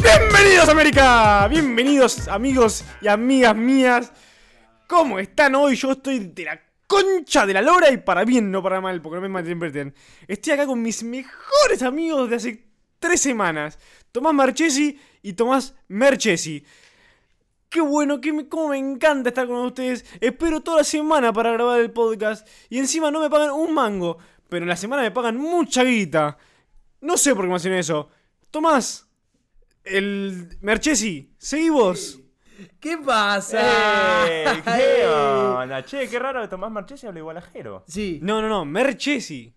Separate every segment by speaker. Speaker 1: Bienvenidos América, bienvenidos amigos y amigas mías. ¿Cómo están hoy? Yo estoy de la concha de la lora y para bien, no para mal, porque no me malinterpreten. Estoy acá con mis mejores amigos de hace tres semanas, Tomás Marchesi y Tomás Merchesi. Qué bueno, que me, cómo me encanta estar con ustedes. Espero toda la semana para grabar el podcast y encima no me pagan un mango, pero en la semana me pagan mucha guita. No sé por qué me hacen eso. Tomás, el Merchesi, seguí vos.
Speaker 2: ¿Qué pasa?
Speaker 3: ¡Ey!
Speaker 2: ¡Ey!
Speaker 3: ¿Qué onda? Che, qué raro que Tomás Marchesi habla igual a Jero.
Speaker 2: Sí.
Speaker 1: No, no, no, Merchesi.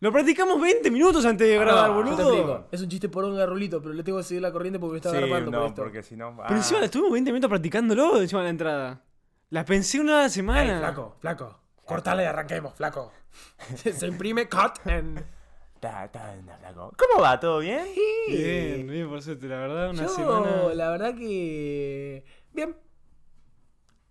Speaker 1: Lo practicamos 20 minutos antes de grabar,
Speaker 2: Yo Ah, te explico.
Speaker 1: boludo.
Speaker 2: Es un chiste por un garrulito, pero le tengo que seguir la corriente porque me está agarrando por
Speaker 3: no,
Speaker 2: esto.
Speaker 3: porque si no.
Speaker 1: Pero
Speaker 3: ah.
Speaker 1: encima estuvimos 20 minutos practicándolo encima de la entrada. La pensé una a la
Speaker 2: Ey,
Speaker 1: semana.
Speaker 2: flaco, flaco. Cortale y arranquemos, flaco. Se se imprime cut and.
Speaker 3: Ta, ta, na, flaco. ¿Cómo va? ¿Todo bien?
Speaker 1: Bien, bien, por suerte, la verdad, una
Speaker 2: Yo,
Speaker 1: semana.
Speaker 2: la verdad que. Bien.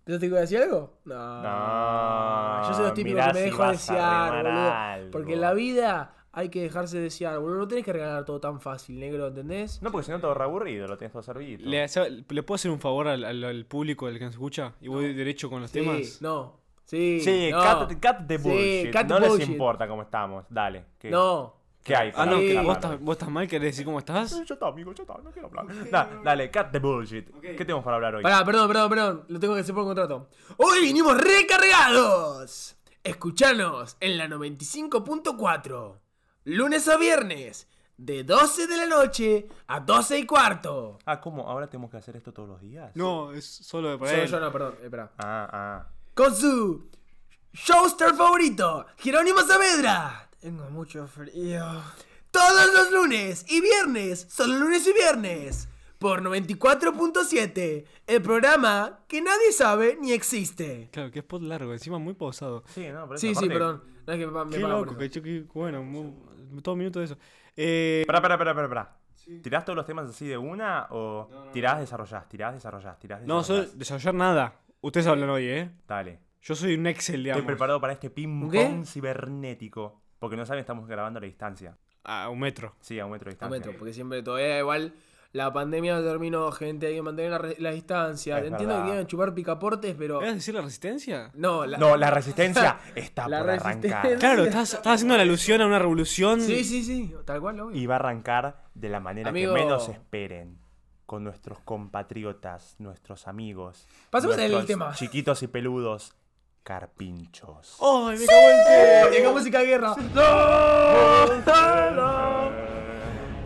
Speaker 2: ¿Yo te iba a decir algo? No.
Speaker 3: No,
Speaker 2: Ah, Yo soy los típicos
Speaker 3: mirá
Speaker 2: que me
Speaker 3: si
Speaker 2: dejo
Speaker 3: vas a
Speaker 2: desear,
Speaker 3: remar
Speaker 2: boludo.
Speaker 3: algo.
Speaker 2: Porque en la vida hay que dejarse desear, boludo. No tenés que regalar todo tan fácil, negro, ¿entendés?
Speaker 3: No, porque si no todo re aburrido, lo tienes todo servido.
Speaker 1: ¿Le, hace- le puedo hacer un favor al, al- al público, al que nos escucha? Y voy derecho con los
Speaker 2: Sí,
Speaker 1: temas.
Speaker 2: no. Sí,
Speaker 3: Sí,
Speaker 2: no.
Speaker 3: cut, cut the
Speaker 2: Sí,
Speaker 3: bullshit.
Speaker 2: cut the
Speaker 3: no les
Speaker 2: bullshit.
Speaker 3: importa cómo estamos. Dale. ¿Qué,
Speaker 2: No.
Speaker 3: ¿qué hay?
Speaker 1: Ah, no,
Speaker 2: Sí.
Speaker 1: que vos,
Speaker 3: Para-
Speaker 1: estás, vos estás mal, ¿querés decir cómo estás?
Speaker 3: Yo está, amigo, yo está, no quiero hablar. Da, dale, cut the bullshit. ¿Qué tenemos para hablar hoy?
Speaker 2: Pará, perdón, perdón, perdón. Lo tengo que hacer por contrato. Hoy vinimos recargados. Escuchanos en la 95.4. Lunes a viernes. De 12 de la noche a 12 y cuarto.
Speaker 3: Ah, ¿cómo? ¿Ahora tenemos que hacer esto todos los días?
Speaker 1: No, es solo de para
Speaker 2: Solo
Speaker 1: él.
Speaker 2: yo no, perdón. eh, Espera.
Speaker 3: Ah, ah.
Speaker 2: Con su showstar favorito, Jerónimo Saavedra. Tengo mucho frío. Todos los lunes y viernes, solo lunes y viernes. Por 94.7, el programa que nadie sabe ni existe.
Speaker 1: Claro, que es pod largo, encima muy pausado.
Speaker 3: Sí, no, pero
Speaker 2: Sí, sí, perdón. No es que me, pa-
Speaker 1: Qué
Speaker 2: me pagan por
Speaker 1: loco,
Speaker 2: eso.
Speaker 1: que, yo- que- bueno, muy- todo minuto de eso. Eh,
Speaker 3: Pará, pará, pará, pará, pará. ¿Tirás todos los temas así de una o tirás, desarrollás, tirás, desarrollás, tirás,
Speaker 1: no,
Speaker 3: desarrollás?
Speaker 1: solo desarrollar nada. Ustedes hablan hoy, ¿eh?
Speaker 3: Dale.
Speaker 1: Yo soy un Excel, digamos.
Speaker 3: Estoy preparado para este
Speaker 2: ¿Qué?
Speaker 3: ping-pong cibernético. Porque no saben, estamos grabando a la distancia.
Speaker 1: A un metro.
Speaker 3: Sí, a un metro de
Speaker 2: A
Speaker 3: distancia.
Speaker 2: metro, porque siempre todavía igual la pandemia no terminó, gente, hay que mantener la, re- la distancia.
Speaker 3: Es
Speaker 2: Entiendo
Speaker 3: verdad.
Speaker 2: que quieren chupar picaportes, pero...
Speaker 1: ¿Querés decir la resistencia?
Speaker 2: No, la...
Speaker 3: No, la resistencia está
Speaker 2: La
Speaker 3: por
Speaker 2: resistencia.
Speaker 3: arrancar.
Speaker 1: Claro, estás, estás haciendo la alusión a una revolución.
Speaker 2: Sí, sí, sí, tal cual, obvio.
Speaker 3: Y va a arrancar de la manera
Speaker 2: Amigo.
Speaker 3: que menos esperen. Con nuestros compatriotas, nuestros amigos.
Speaker 2: Pasemos al
Speaker 3: nuestros
Speaker 2: tema.
Speaker 3: Chiquitos y peludos. Carpinchos.
Speaker 1: ¡Ay, me cago en
Speaker 2: Eh, Llega música de guerra. Oh.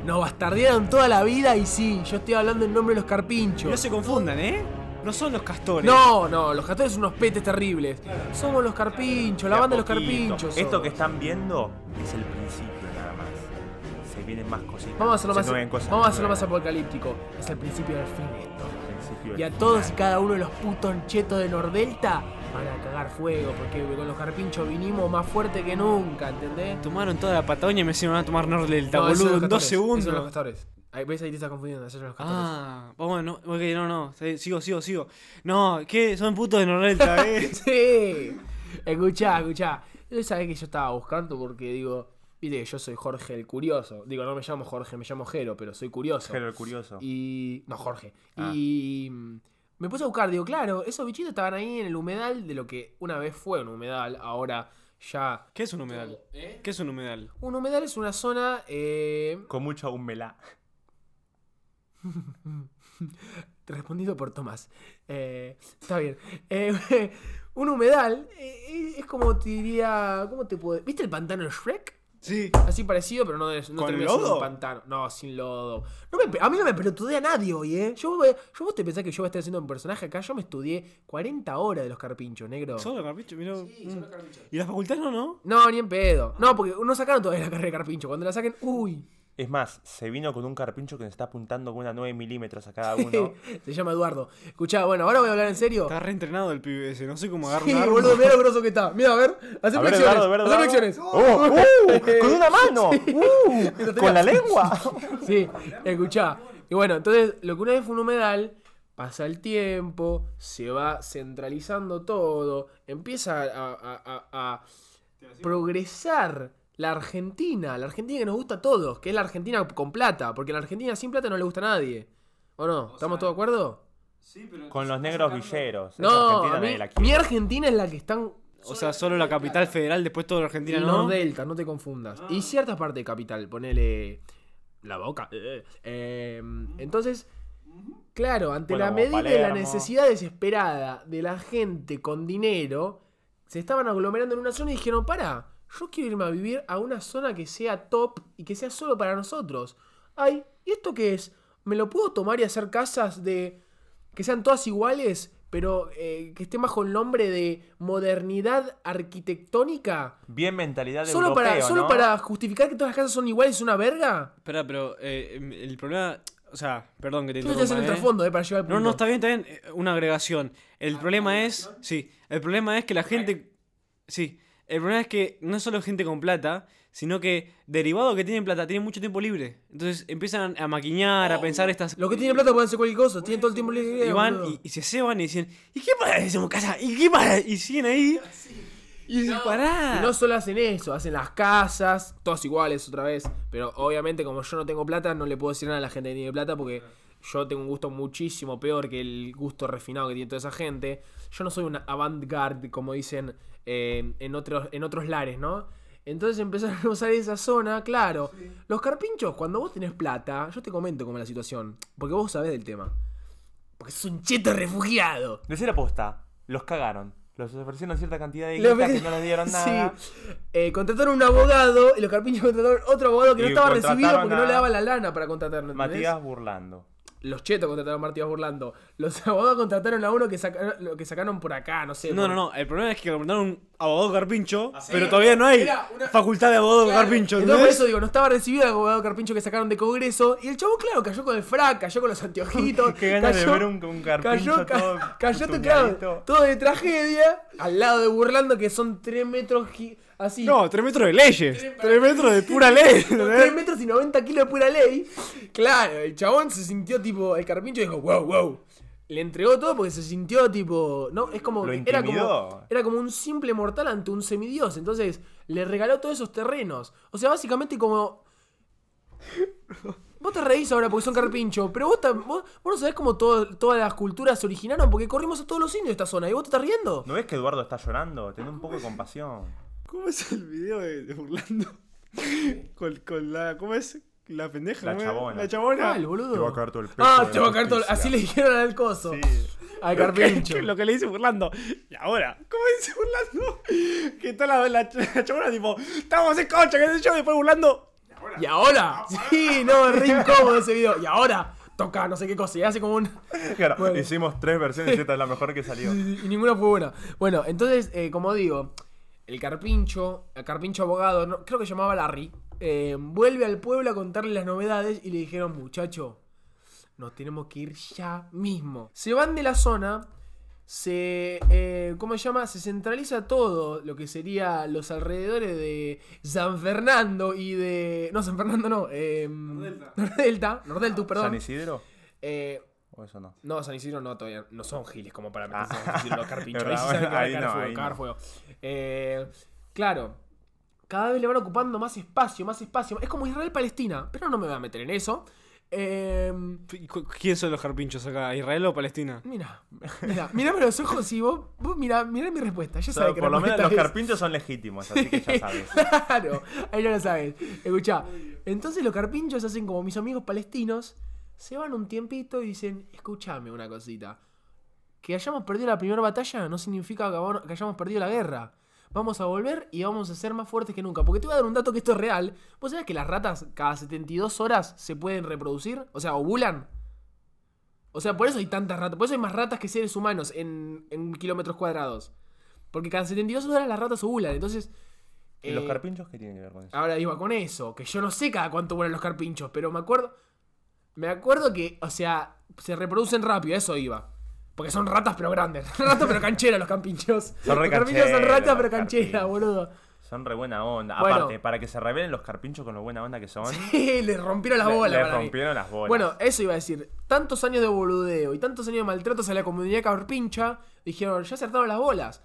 Speaker 2: Nos bastardearon toda la vida y sí, yo estoy hablando en nombre de los
Speaker 1: No
Speaker 2: carpinchos.
Speaker 1: se confundan, ¿eh? No son los castores.
Speaker 2: No, no, los castores son unos petes terribles. Somos los carpinchos, la
Speaker 3: De a
Speaker 2: banda de los
Speaker 3: poquito.
Speaker 2: carpinchos.
Speaker 3: Esto
Speaker 2: somos.
Speaker 3: que están viendo es el principio nada más. Se vienen más cositas.
Speaker 2: Vamos a hacerlo
Speaker 3: se
Speaker 2: más,
Speaker 3: mueven cosas
Speaker 2: vamos a hacerlo más
Speaker 3: nuevas.
Speaker 2: apocalíptico. Es el principio del fin esto.
Speaker 3: Principio
Speaker 2: Y a
Speaker 3: del
Speaker 2: todos y
Speaker 3: final.
Speaker 2: cada uno de los putos chetos de Nordelta van a cagar fuego, porque con los carpinchos vinimos más fuerte que nunca, ¿entendés?
Speaker 1: Tomaron toda la Patagonia y me hicieron van a tomar Nordelta,
Speaker 2: No, esos son
Speaker 1: boludo,
Speaker 2: los
Speaker 1: en dos
Speaker 2: castores, esos son los
Speaker 1: segundos.
Speaker 2: castores. Ahí, ¿Ves? Ahí te estás confundiendo, esos son los castores.
Speaker 1: Ah, bueno, ok, no, no. sí, Sigo, sigo, sigo. No, ¿qué? Son putos de Nordelta, ¿eh?
Speaker 2: Sí. Escuchá, escuchá. Yo sabés que yo estaba buscando porque digo, viste que yo soy Jorge el Curioso. Digo, no me llamo Jorge, me llamo Jero, pero soy curioso.
Speaker 3: Pero el curioso.
Speaker 2: Y. No, Jorge.
Speaker 3: Ah.
Speaker 2: Y. mm, Me puse a buscar, digo, claro, esos bichitos estaban ahí en el humedal de lo que una vez fue un humedal, ahora ya.
Speaker 1: ¿Qué es un humedal?
Speaker 2: ¿Eh?
Speaker 1: ¿Qué es un humedal?
Speaker 2: Un humedal es una zona. eh,
Speaker 3: Con mucho humelá.
Speaker 2: Respondido por Tomás. Eh, está bien. Eh, un humedal eh, es como te diría. ¿Cómo te puedo.? ¿Viste el pantano de Shrek?
Speaker 1: Sí.
Speaker 2: Así parecido, pero no, es- no
Speaker 1: ¿Con
Speaker 2: termina siendo
Speaker 1: lodo?
Speaker 2: un pantano. No, sin lodo. No me pe- a mí no me pelotudea nadie hoy, ¿eh? Yo, yo vos te pensás que yo estoy haciendo un personaje acá. Yo me estudié 40 horas de los carpinchos, negro.
Speaker 1: ¿Solo carpicho? Mirá. mm. ¿Y las facultades no, no?
Speaker 2: No, ni en pedo. No, porque no sacaron todavía la carrera de carpincho. Cuando la saquen, uy.
Speaker 3: Es más, se vino con un carpincho que se está apuntando con una 9 milímetros a cada uno.
Speaker 2: Se llama Eduardo. Escuchá, bueno, ahora voy a hablar en serio.
Speaker 1: Está reentrenado el pibe ese, no sé cómo agarrar
Speaker 2: Sí,
Speaker 1: una arma.
Speaker 2: boludo, mira lo grosso que está. Mira, a ver, hace
Speaker 3: A ver,
Speaker 2: flexiones.
Speaker 3: Eduardo, a ver,
Speaker 2: Hace
Speaker 3: Eduardo.
Speaker 2: flexiones.
Speaker 3: ¡Oh! ¡Uh! ¡Con una mano! ¡Uh! ¡Con la lengua!
Speaker 2: Sí, escuchá. Y bueno, entonces, lo que una vez fue un humedal, pasa el tiempo, se va centralizando todo, empieza a, a- a- a progresar la Argentina, la Argentina que nos gusta a todos, que es la Argentina con plata, porque la Argentina sin plata no le gusta a nadie. ¿O no? ¿Estamos todos de acuerdo?
Speaker 4: Sí, pero
Speaker 3: Con los
Speaker 4: está
Speaker 3: negros
Speaker 4: sacando-
Speaker 3: villeros. Esa
Speaker 2: No,
Speaker 3: Argentina
Speaker 2: a mí-
Speaker 3: nadie la quiere.
Speaker 2: mi Argentina es la que están.
Speaker 1: O sea, solo la capital federal, después toda la
Speaker 2: Y
Speaker 1: Argentina, ¿no?
Speaker 2: los deltas, no te confundas.
Speaker 3: Ah.
Speaker 2: Y ciertas partes de capital, ponele. La boca. eh, eh, entonces, claro, ante
Speaker 3: Bueno,
Speaker 2: la
Speaker 3: como
Speaker 2: medida de la
Speaker 3: Palermo.
Speaker 2: necesidad desesperada de la gente con dinero, se estaban aglomerando en una zona y dijeron: Para, yo quiero irme a vivir a una zona que sea top y que sea solo para nosotros. Ay, ¿y esto qué es? ¿Me lo puedo tomar y hacer casas de. que sean todas iguales, pero eh, que estén bajo el nombre de modernidad arquitectónica?
Speaker 3: Bien mentalidad de
Speaker 2: Solo, para,
Speaker 3: europeo,
Speaker 2: solo
Speaker 3: ¿no?
Speaker 2: para justificar que todas las casas son iguales es una verga.
Speaker 1: Espera, pero eh, em, el problema. O sea, perdón que te
Speaker 2: Yo estoy haciendo el
Speaker 1: interrumpa, ¿eh?
Speaker 2: trasfondo, Ah, eh, para llegar al punto.
Speaker 1: No, no, está bien, está bien. eh, Una agregación. El problema es. Sí, el problema es que la gente. Sí, el problema es que no es solo gente con plata, sino que derivado que tienen plata, tienen mucho tiempo libre. Entonces empiezan a maquiñar,
Speaker 2: Oh,
Speaker 1: a pensar estas.
Speaker 2: Los que tienen plata pueden hacer cualquier cosa, tienen todo el tiempo libre.
Speaker 1: Y van
Speaker 2: boludo.
Speaker 1: y, y se ceban y dicen, ¿y qué para? Hacemos casa, ¿y qué para? Y siguen ahí. Y dicen, pará.
Speaker 2: Y Ah, no solo hacen eso, hacen las casas, todas iguales otra vez. Pero obviamente, como yo no tengo plata, no le puedo decir nada a la gente que tiene plata porque yo tengo un gusto muchísimo peor que el gusto refinado que tiene toda esa gente. Yo no soy una avant-garde, como dicen eh, en, otros, en otros lares, ¿no? Entonces empezaron a usar esa zona, claro. Los carpinchos, cuando vos tenés plata, yo te comento cómo es la situación, porque vos sabés del tema. Porque sos un cheto refugiado.
Speaker 3: Decir la posta, los cagaron. Los ofrecieron cierta cantidad de
Speaker 2: Los
Speaker 3: guita que
Speaker 2: vecinos-
Speaker 3: no les dieron
Speaker 2: Sí.
Speaker 3: nada.
Speaker 2: Eh, contrataron un abogado y los carpinchos contrataron otro abogado que no
Speaker 3: Y
Speaker 2: estaba recibido
Speaker 3: contrataron
Speaker 2: porque
Speaker 3: a-
Speaker 2: no le daban la lana para contratarlo. ¿entendés?
Speaker 3: Matías burlando.
Speaker 2: Los chetos contrataron a Matías Burlando. Los abogados contrataron a uno que, saca- lo que sacaron por acá, no sé.
Speaker 1: No,
Speaker 2: por-
Speaker 1: no, no. El problema es que contrataron un abogado carpincho,
Speaker 4: sí.
Speaker 1: pero todavía no hay
Speaker 2: Era una-
Speaker 1: facultad de abogado carpincho.
Speaker 2: Entonces por
Speaker 1: ¿entendés?
Speaker 2: eso digo, no estaba recibido el abogado carpincho que sacaron de Congreso. Y el chabón, claro, cayó con el frac, cayó con los anteojitos.
Speaker 3: Qué ganas de
Speaker 2: cayó-
Speaker 3: ver un, un carpincho
Speaker 2: Cayó, ca-
Speaker 3: todo
Speaker 2: cayó tu
Speaker 3: tuneadito.
Speaker 2: claro, todo de tragedia al lado de Burlando que son 3 metros gi- así.
Speaker 1: No, tres metros de leyes. Tres metros de pura ley. ¿entendés?
Speaker 2: 3 metros y 90 kilos de pura ley. Claro, el chabón se sintió tipo. El carpincho dijo, wow, wow. Le entregó todo porque se sintió tipo. No, es como.
Speaker 3: Lo
Speaker 2: era como.
Speaker 3: intimidó.
Speaker 2: Era como un simple mortal ante un semidios. Entonces, le regaló todos esos terrenos. O sea, básicamente como. Vos te reís ahora porque son carpincho, pero vos, ta- vos, vos no sabés cómo todo- todas las culturas se originaron porque corrimos a todos los indios de esta zona y vos te estás riendo.
Speaker 3: ¿No ves que Eduardo está llorando? Ten un poco de compasión.
Speaker 1: ¿Cómo es el video de, de Orlando? con, con la. ¿Cómo es? La pendeja.
Speaker 3: La
Speaker 1: ¿cómo es?
Speaker 3: chabona.
Speaker 1: La chabona.
Speaker 2: Mal, boludo.
Speaker 3: Te va a caer todo el peso
Speaker 2: Ah,
Speaker 3: de
Speaker 2: te
Speaker 3: la
Speaker 2: va a caer todo el-
Speaker 3: justicia.
Speaker 2: Así le dijeron al coso. Al
Speaker 1: Lo que-
Speaker 2: carpincho.
Speaker 1: lo que le dice Burlando. Y ahora, ¿cómo dice Burlando? Que está la, la, la chabona tipo, estamos en concha, qué sé yo, y después Burlando.
Speaker 2: Y ahora, sí, no, es re incómodo ese video. Y ahora, toca no sé qué cosa. Y hace como un.
Speaker 3: Claro,
Speaker 2: Bueno.
Speaker 3: hicimos tres versiones y esta es la mejor que salió.
Speaker 2: Y ninguna fue buena. Bueno, entonces, eh, como digo, el carpincho, el carpincho abogado, no, creo que se llamaba Larry, eh, vuelve al pueblo a contarle las novedades y le dijeron, muchacho, nos tenemos que ir ya mismo. Se van de la zona. Se. eh, ¿Cómo se llama? Se centraliza todo lo que sería los alrededores de San Fernando y de. No, San Fernando no. Eh, Nordelta. Nordelta, Nordelta,
Speaker 3: Ah, ¿San
Speaker 2: perdón.
Speaker 3: Isidro?
Speaker 2: Eh,
Speaker 3: ¿O eso no?
Speaker 2: no, San Isidro no, todavía no son giles como para
Speaker 3: Ah.
Speaker 2: meterse a San Isidro los carpinchos. Ahí
Speaker 3: Verdad,
Speaker 2: sí saben que van a
Speaker 3: ahí
Speaker 2: cagar
Speaker 3: no,
Speaker 2: fuego,
Speaker 3: ahí
Speaker 2: cagar
Speaker 3: no.
Speaker 2: fuego. Eh, claro, cada vez le van ocupando más espacio, más espacio. Es como Israel-Palestina, pero no me voy a meter en eso. Eh,
Speaker 1: ¿Quién son los carpinchos acá? ¿Israel o Palestina?
Speaker 2: mira, mira, mirame los ojos y vos, vos mirá, mirá mi respuesta. Ya
Speaker 3: O sea,
Speaker 2: sabes que
Speaker 3: por lo menos los
Speaker 2: carpinchos
Speaker 3: carpinchos son legítimos, así que ya sabes.
Speaker 2: claro, ahí no lo sabes. Escuchá, entonces los carpinchos hacen como mis amigos palestinos, se van un tiempito y dicen, escúchame una cosita. Que hayamos perdido la primera batalla no significa que hayamos- que hayamos perdido la guerra. Vamos a volver y vamos a ser más fuertes que nunca. Porque te voy a dar un dato que esto es real. ¿Vos sabés que las ratas cada 72 horas se pueden reproducir? O sea, ovulan. O sea, por eso hay tantas ratas. Por eso hay más ratas que seres humanos en, en kilómetros cuadrados. Porque cada 72 horas las ratas ovulan. Entonces,
Speaker 3: ¿Y los
Speaker 2: eh, ah,
Speaker 3: carpinchos qué tienen que ver con eso?
Speaker 2: Ahora iba con eso, que yo no sé cada cuánto vuelan los carpinchos, pero me acuerdo. Me acuerdo que, o sea, se reproducen rápido, a eso iba. Porque son ratas pero grandes. Ratas pero cancheras los carpinchos.
Speaker 3: Son re
Speaker 2: los carpinchos son
Speaker 3: cancheros,
Speaker 2: ratas pero
Speaker 3: los
Speaker 2: cancheras,
Speaker 3: carpinchos.
Speaker 2: boludo.
Speaker 3: Son re buena onda.
Speaker 2: Bueno.
Speaker 3: Aparte, para que se revelen los carpinchos con lo buena onda que son,
Speaker 2: le rompieron las
Speaker 3: le-
Speaker 2: bolas.
Speaker 3: le
Speaker 2: para mí.
Speaker 3: rompieron las bolas.
Speaker 2: Bueno, eso iba a decir. Tantos años de boludeo y tantos años de maltratos a la comunidad carpincha, dijeron, ya acertaron las bolas.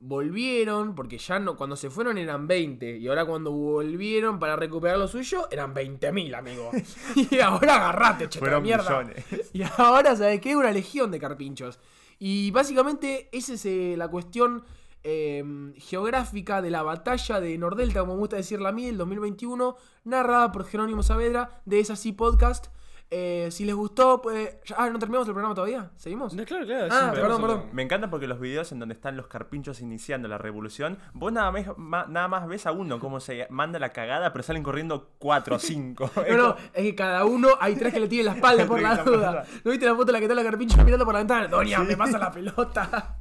Speaker 2: volvieron, porque ya no, cuando se fueron eran 20, y ahora cuando volvieron para recuperar lo suyo eran 20.000, amigo. y ahora agarrate, cheta de
Speaker 3: Fueron
Speaker 2: mierda.
Speaker 3: millones.
Speaker 2: Y ahora, ¿sabes qué? Una legión de carpinchos. Y básicamente esa es eh, la cuestión eh, geográfica de la batalla de Nordelta, como me gusta decirla a mí, el 2021, narrada por Jerónimo Saavedra de esa sí podcast. Eh, si les gustó, pues... ya- Ah, ¿no terminamos el programa todavía? ¿Seguimos?
Speaker 5: No, claro, claro.
Speaker 2: Ah,
Speaker 5: sí,
Speaker 2: perdón,
Speaker 5: pero-
Speaker 2: perdón.
Speaker 3: Me encanta porque los videos en donde están los carpinchos iniciando la revolución, vos nada más, ma- nada más ves a uno cómo se manda la cagada, pero salen corriendo cuatro o cinco.
Speaker 2: No, no, es que cada uno hay tres que le tienen la espalda por la
Speaker 3: Tres que están
Speaker 2: duda.
Speaker 3: por
Speaker 2: ¿No viste la foto de la que está la carpincho mirando por la ventana? Doña, me pasa la pelota.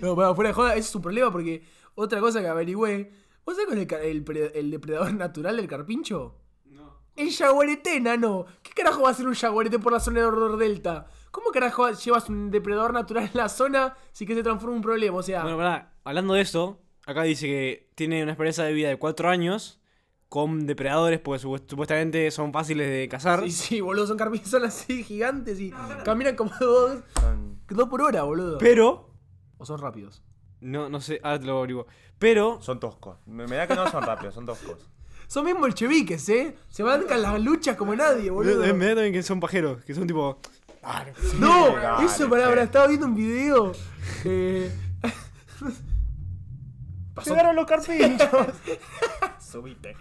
Speaker 2: No, pero fuera de joda, ese es un problema porque otra cosa que averigüé. ¿Vos sabés cuál es el, ca- el pre- el depredador natural del carpincho? No. El jaguarete, nano. ¿Qué carajo va a hacer un jaguarete por la zona de Horror Delta? ¿Cómo carajo llevas un depredador natural en la zona si que se transforma en un problema? O sea,
Speaker 5: Bueno, pará, hablando de eso, acá dice que tiene una esperanza de vida de 4 años con depredadores, porque supu- supuestamente son fáciles de cazar.
Speaker 2: sí, sí, boludo, son carpinchos son así gigantes y caminan como dos,
Speaker 3: Son,
Speaker 2: dos por hora, boludo.
Speaker 5: Pero,
Speaker 2: O son rápidos.
Speaker 5: no, no sé, ahora te lo averiguo. Pero,
Speaker 3: son toscos. Me, me da que no son rápidos, son toscos.
Speaker 2: Son bien bolcheviques, ¿eh? Se bancan las luchas como nadie,
Speaker 5: me
Speaker 2: boludo.
Speaker 5: me da también que son pajeros, que son tipo.
Speaker 2: No,
Speaker 3: Dale,
Speaker 2: eso para
Speaker 3: che.
Speaker 2: ahora. Estaba viendo un video. Eh... pasó-
Speaker 5: los carpinchos!
Speaker 3: Subite.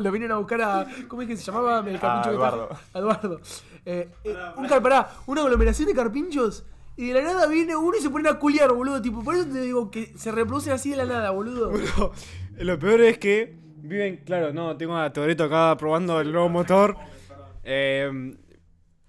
Speaker 2: Lo vinieron a buscar a. ¿Cómo es que se llamaba? El carpincho que
Speaker 3: A Ah, Eduardo.
Speaker 2: traje. A Eduardo. Eh, eh, un car- pará, una aglomeración de carpinchos. Y de la nada viene uno y se ponen a culiar, boludo. Tipo, por eso te digo que se reproducen así de la nada, boludo.
Speaker 5: Pero lo peor es que viven, claro, no, tengo a Toreto acá probando el nuevo motor. Eh,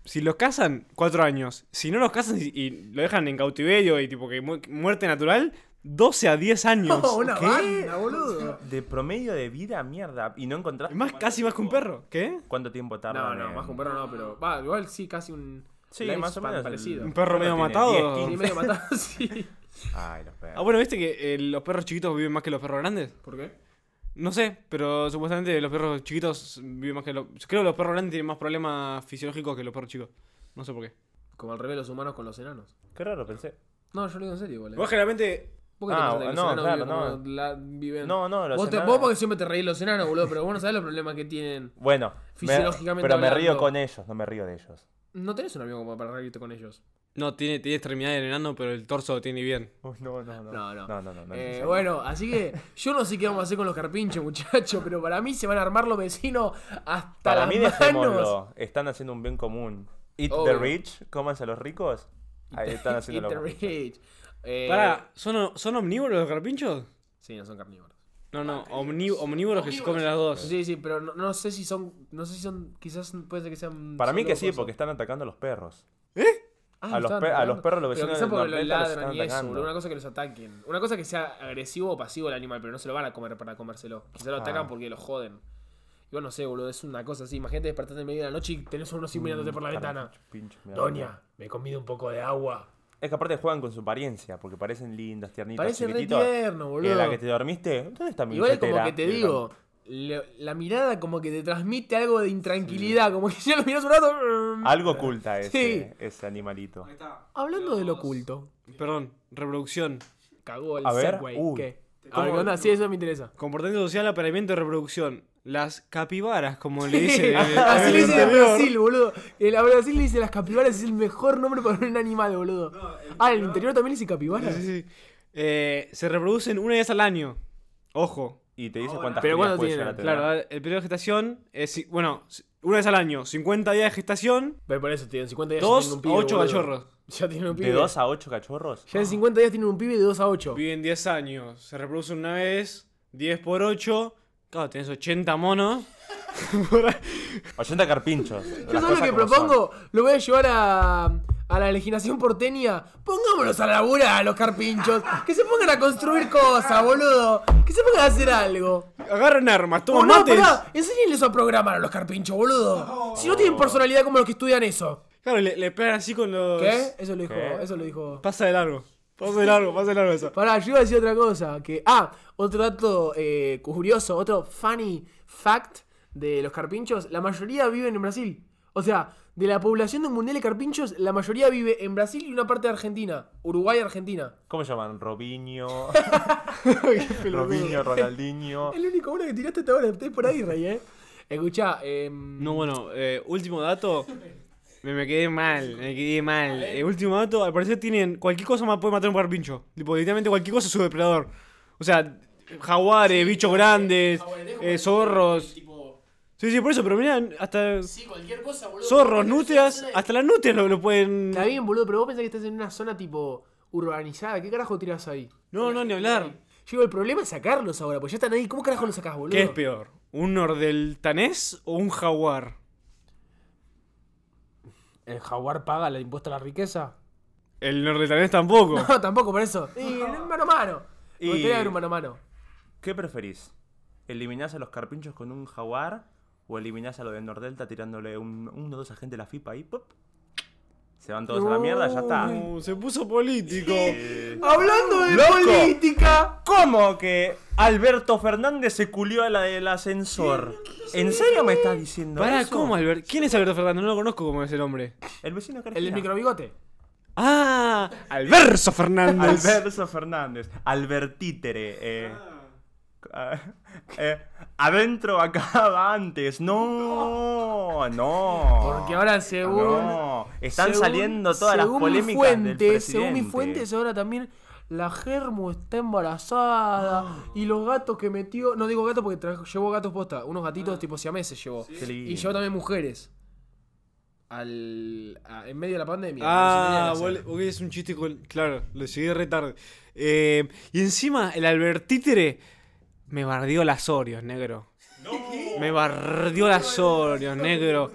Speaker 5: si los cazan, cuatro años. Si no los cazan y, y lo dejan en cautiverio y tipo que mu- muerte natural, 12 a 10 años.
Speaker 2: No, una
Speaker 5: ¿Qué?
Speaker 2: banda, boludo.
Speaker 3: De promedio de vida, mierda. Y no encontrás.
Speaker 5: Y Más, casi más que un perro. ¿Qué?
Speaker 3: ¿Cuánto tiempo tarda? Mm.
Speaker 2: No, no, más con perro no, pero. Va, igual sí, casi un.
Speaker 3: Sí,
Speaker 2: lifespan
Speaker 3: más o menos. el-
Speaker 2: Parecido.
Speaker 5: Un perro medio
Speaker 3: tiene
Speaker 5: matado.
Speaker 3: 10, 15.
Speaker 2: Sí, medio matado, sí.
Speaker 3: Ay, los perros.
Speaker 5: Ah, bueno, ¿viste que eh, los perros chiquitos viven más que los perros grandes?
Speaker 2: ¿Por qué?
Speaker 5: No sé, pero supuestamente los perros chiquitos viven más que los... Creo que los perros grandes tienen más problemas fisiológicos que los perros chicos. No sé por qué.
Speaker 2: Como al revés los humanos con los enanos.
Speaker 3: Qué raro pensé.
Speaker 2: No, yo lo digo en serio, igual. ¿eh?
Speaker 5: Vos generalmente
Speaker 2: ¿Vos qué te
Speaker 3: Ah,
Speaker 2: pensás que los
Speaker 3: no,
Speaker 2: enanos
Speaker 3: claro,
Speaker 2: viven como
Speaker 3: no.
Speaker 2: la- viven-
Speaker 3: No, no, los
Speaker 2: vos, te-
Speaker 3: enanos-
Speaker 2: vos porque siempre te reís los enanos, boludo, pero vos no sabés los problemas que tienen.
Speaker 3: Bueno, me-
Speaker 2: Fisiológicamente
Speaker 3: pero me
Speaker 2: hablando.
Speaker 3: río con ellos, no me río de ellos.
Speaker 2: No tenés un amigo como para reírte con ellos.
Speaker 5: No, tiene, tiene extremidad del enano, pero el torso lo tiene bien.
Speaker 3: Uy, no, no, no.
Speaker 2: No, no.
Speaker 3: No, no, no, no,
Speaker 2: Eh,
Speaker 3: no.
Speaker 2: bueno, así que yo no sé qué vamos a hacer con los carpinchos, muchachos, pero para mí se van a armar los vecinos hasta
Speaker 3: Para
Speaker 2: las
Speaker 3: mí,
Speaker 2: manos.
Speaker 3: dejémoslo. Están haciendo un bien común. Eat the
Speaker 2: Obvio.
Speaker 3: rich, cómanse a los ricos. Ahí están haciendo
Speaker 2: Eat the
Speaker 3: lo mismo.
Speaker 2: rich. Eh,
Speaker 5: Pará, ¿son, ¿son omnívoros los carpinchos?
Speaker 2: Sí, no son carnívoros.
Speaker 5: No, no, omni- omnívoros que se comen las dos.
Speaker 2: Sí, sí, pero no, no sé si son. No sé si son. Quizás puede ser que sean.
Speaker 3: Para mí que sí,
Speaker 2: zoológicos.
Speaker 3: porque están atacando a los perros.
Speaker 2: Ah,
Speaker 3: A
Speaker 2: los
Speaker 3: los
Speaker 2: estaban
Speaker 3: pe- a
Speaker 2: atacando.
Speaker 3: los perros los
Speaker 2: Pero
Speaker 3: vecinos
Speaker 2: quizá
Speaker 3: del
Speaker 2: porque los
Speaker 3: norte los
Speaker 2: ladran
Speaker 3: estaban
Speaker 2: y eso,
Speaker 3: atacando.
Speaker 2: boludo, una cosa que los ataquen. Una cosa que sea agresivo o pasivo el animal, pero no se lo van a comer para comérselo. Quizá lo atacan
Speaker 3: Ah.
Speaker 2: porque lo joden. Yo no sé, boludo, es una cosa así. Imagínate despertarte en medio de la noche y tenés a uno así mirándote por la ventana.
Speaker 3: Mm, Carajo, pincho, mira, mira.
Speaker 2: Doña, me he comido un poco de agua.
Speaker 3: Es que aparte juegan con su apariencia, porque parecen lindos, tiernitos,
Speaker 2: Parece re
Speaker 3: chiquititos.
Speaker 2: tierno,
Speaker 3: Y
Speaker 2: boludo.
Speaker 3: en la que te dormiste, ¿dónde está mi
Speaker 2: Igual es como
Speaker 3: billetera?
Speaker 2: que te
Speaker 3: Y el
Speaker 2: digo, le- la mirada como que te transmite algo de intranquilidad, como que ya lo miras un rato. mm.
Speaker 3: Algo oculta ese,
Speaker 2: Sí.
Speaker 3: ese animalito.
Speaker 2: Hablando de lo oculto,
Speaker 5: Perdón, reproducción.
Speaker 2: cagó el
Speaker 3: A ver,
Speaker 2: Segway.
Speaker 3: uy.
Speaker 2: ¿Qué? A
Speaker 5: ¿Cómo-
Speaker 2: ver, ¿qué onda? Sí, eso me interesa.
Speaker 5: Comportamiento social, apareamiento y reproducción. Las capibaras, como le dice.
Speaker 2: Así le
Speaker 5: el
Speaker 2: dicen en
Speaker 5: anterior.
Speaker 2: Brasil, boludo. El a Brasil le dice las capibaras, es el mejor nombre para un animal, boludo. ah, el interior también le dice capibara.
Speaker 5: Sí, sí, sí. Eh, se reproducen una vez al año. Ojo.
Speaker 3: Y te dice cuántas
Speaker 2: Pero
Speaker 3: crías
Speaker 2: ¿cuánto
Speaker 3: puede
Speaker 2: tienen?
Speaker 3: llegar a tener.
Speaker 5: Claro, a ver, el periodo de gestación es. ci- Bueno, c- una vez al año, 50 días de gestación,
Speaker 2: Pero por eso, tío, en 50 días ya
Speaker 5: 2
Speaker 2: tienen un
Speaker 5: a
Speaker 2: pibe.
Speaker 5: 8
Speaker 2: boludo.
Speaker 5: cachorros.
Speaker 2: Ya tienen un pibe.
Speaker 3: ¿De 2 a 8 cachorros?
Speaker 2: Ya en 50 días tienen un pibe de 2 a 8.
Speaker 5: Viven 10 años, se reproducen una vez, 10 por 8. Claro, tenés 80 monos.
Speaker 3: 80 carpinchos.
Speaker 2: Yo solo lo que propongo, lo voy a llevar a, a la legislación porteña. Pongámonos a laburar a los carpinchos. Que se pongan a construir cosas, boludo. Que se pongan a hacer algo.
Speaker 5: Agarran armas, toman
Speaker 2: Boludo,
Speaker 5: mates.
Speaker 2: Oh, pará, enséñenles a programar a los carpinchos, boludo. Si no tienen personalidad como los que estudian eso.
Speaker 5: Claro, le, le pegan así con los.
Speaker 2: ¿Qué? Eso lo dijo,
Speaker 3: ¿Qué?
Speaker 2: eso lo dijo.
Speaker 5: Pasa de largo. Pasa de largo, pasa de largo eso.
Speaker 2: Pará, yo iba a decir otra cosa, que... Ah, otro dato eh, curioso, otro funny fact de los carpinchos, la mayoría viven en Brasil. O sea, De la población de Mundial de Carpinchos, la mayoría vive en Brasil y una parte de Argentina. Uruguay y Argentina.
Speaker 3: ¿Cómo se llaman? Robinho,
Speaker 5: Qué pelotudo.
Speaker 3: Robinho, Ronaldinho.
Speaker 2: Es la única una que tiraste hasta ahora. Estoy por ahí, Rey, ¿eh? Escucha, eh,
Speaker 5: No, bueno, eh, último dato. Me, me quedé mal, me quedé mal. Eh, último dato, al parecer tienen. Cualquier cosa ma- puede matar un carpincho. Tipo, literalmente cualquier cosa es su depredador. O sea, jaguares, bichos grandes, eh, zorros.
Speaker 1: Tipo,
Speaker 5: Sí, sí, por eso, pero mirá, hasta.
Speaker 1: sí, cualquier cosa, boludo.
Speaker 5: Zorros,
Speaker 1: Cualquier
Speaker 5: nutrias,
Speaker 1: persona-
Speaker 5: hasta las nutrias lo, lo pueden.
Speaker 2: está bien, boludo, pero vos pensás que estás en una zona tipo urbanizada. ¿Qué carajo tirás ahí?
Speaker 5: No, no, ni hablar.
Speaker 2: Yo digo, el problema es sacarlos ahora, porque ya están ahí. ¿Cómo carajo los sacás, boludo?
Speaker 5: ¿Qué es peor? ¿Un nordeltanés o un jaguar?
Speaker 2: ¿El jaguar paga la impuesta a la riqueza?
Speaker 5: El nordeltanés tampoco.
Speaker 2: No, tampoco por eso. Y mano a mano.
Speaker 3: Y-
Speaker 2: Y... Te un mano a mano.
Speaker 3: ¿Qué preferís? ¿Eliminás a los carpinchos con un jaguar? ¿O eliminás a lo de Nordelta tirándole un, uno o dos agentes de la FIPA ahí? ¡pop! Se van todos a la mierda, ya está.
Speaker 5: No, se puso político.
Speaker 2: Hablando de
Speaker 3: Loco.
Speaker 2: política.
Speaker 3: ¿Cómo que Alberto Fernández se culió a la del ascensor? ¿En serio me estás diciendo
Speaker 5: Pará,
Speaker 3: eso?
Speaker 5: ¿cómo Albert? ¿Quién es Alberto Fernández? No lo conozco como es el hombre.
Speaker 3: El vecino que
Speaker 2: El del microbigote.
Speaker 5: ¡Ah! ¡Alberto Fernández!
Speaker 3: Alberto Fernández. Albertítere. Eh. Ah, eh, adentro acaba antes. No, no.
Speaker 2: Porque ahora según.
Speaker 3: No, están
Speaker 2: según-
Speaker 3: saliendo todas las
Speaker 2: según mi
Speaker 3: polémicas del
Speaker 2: fuente,
Speaker 3: presidente.
Speaker 2: Según mis fuentes, ahora también la Germu está embarazada. Y los gatos que metió. No digo gatos porque trajo- llevó gatos posta. Unos gatitos tipo siameses llevó.
Speaker 3: Qué lindo.
Speaker 2: Y llevó también mujeres. Al, a- en medio de la pandemia.
Speaker 5: Ah,
Speaker 2: No sé qué
Speaker 5: vos-
Speaker 2: hacer.
Speaker 5: ok, es un chiste con. Claro, lo llegué re tarde. Eh, y encima, el Albertítere me bardió las Oreos, negro. Me bardió las Oreos, negro.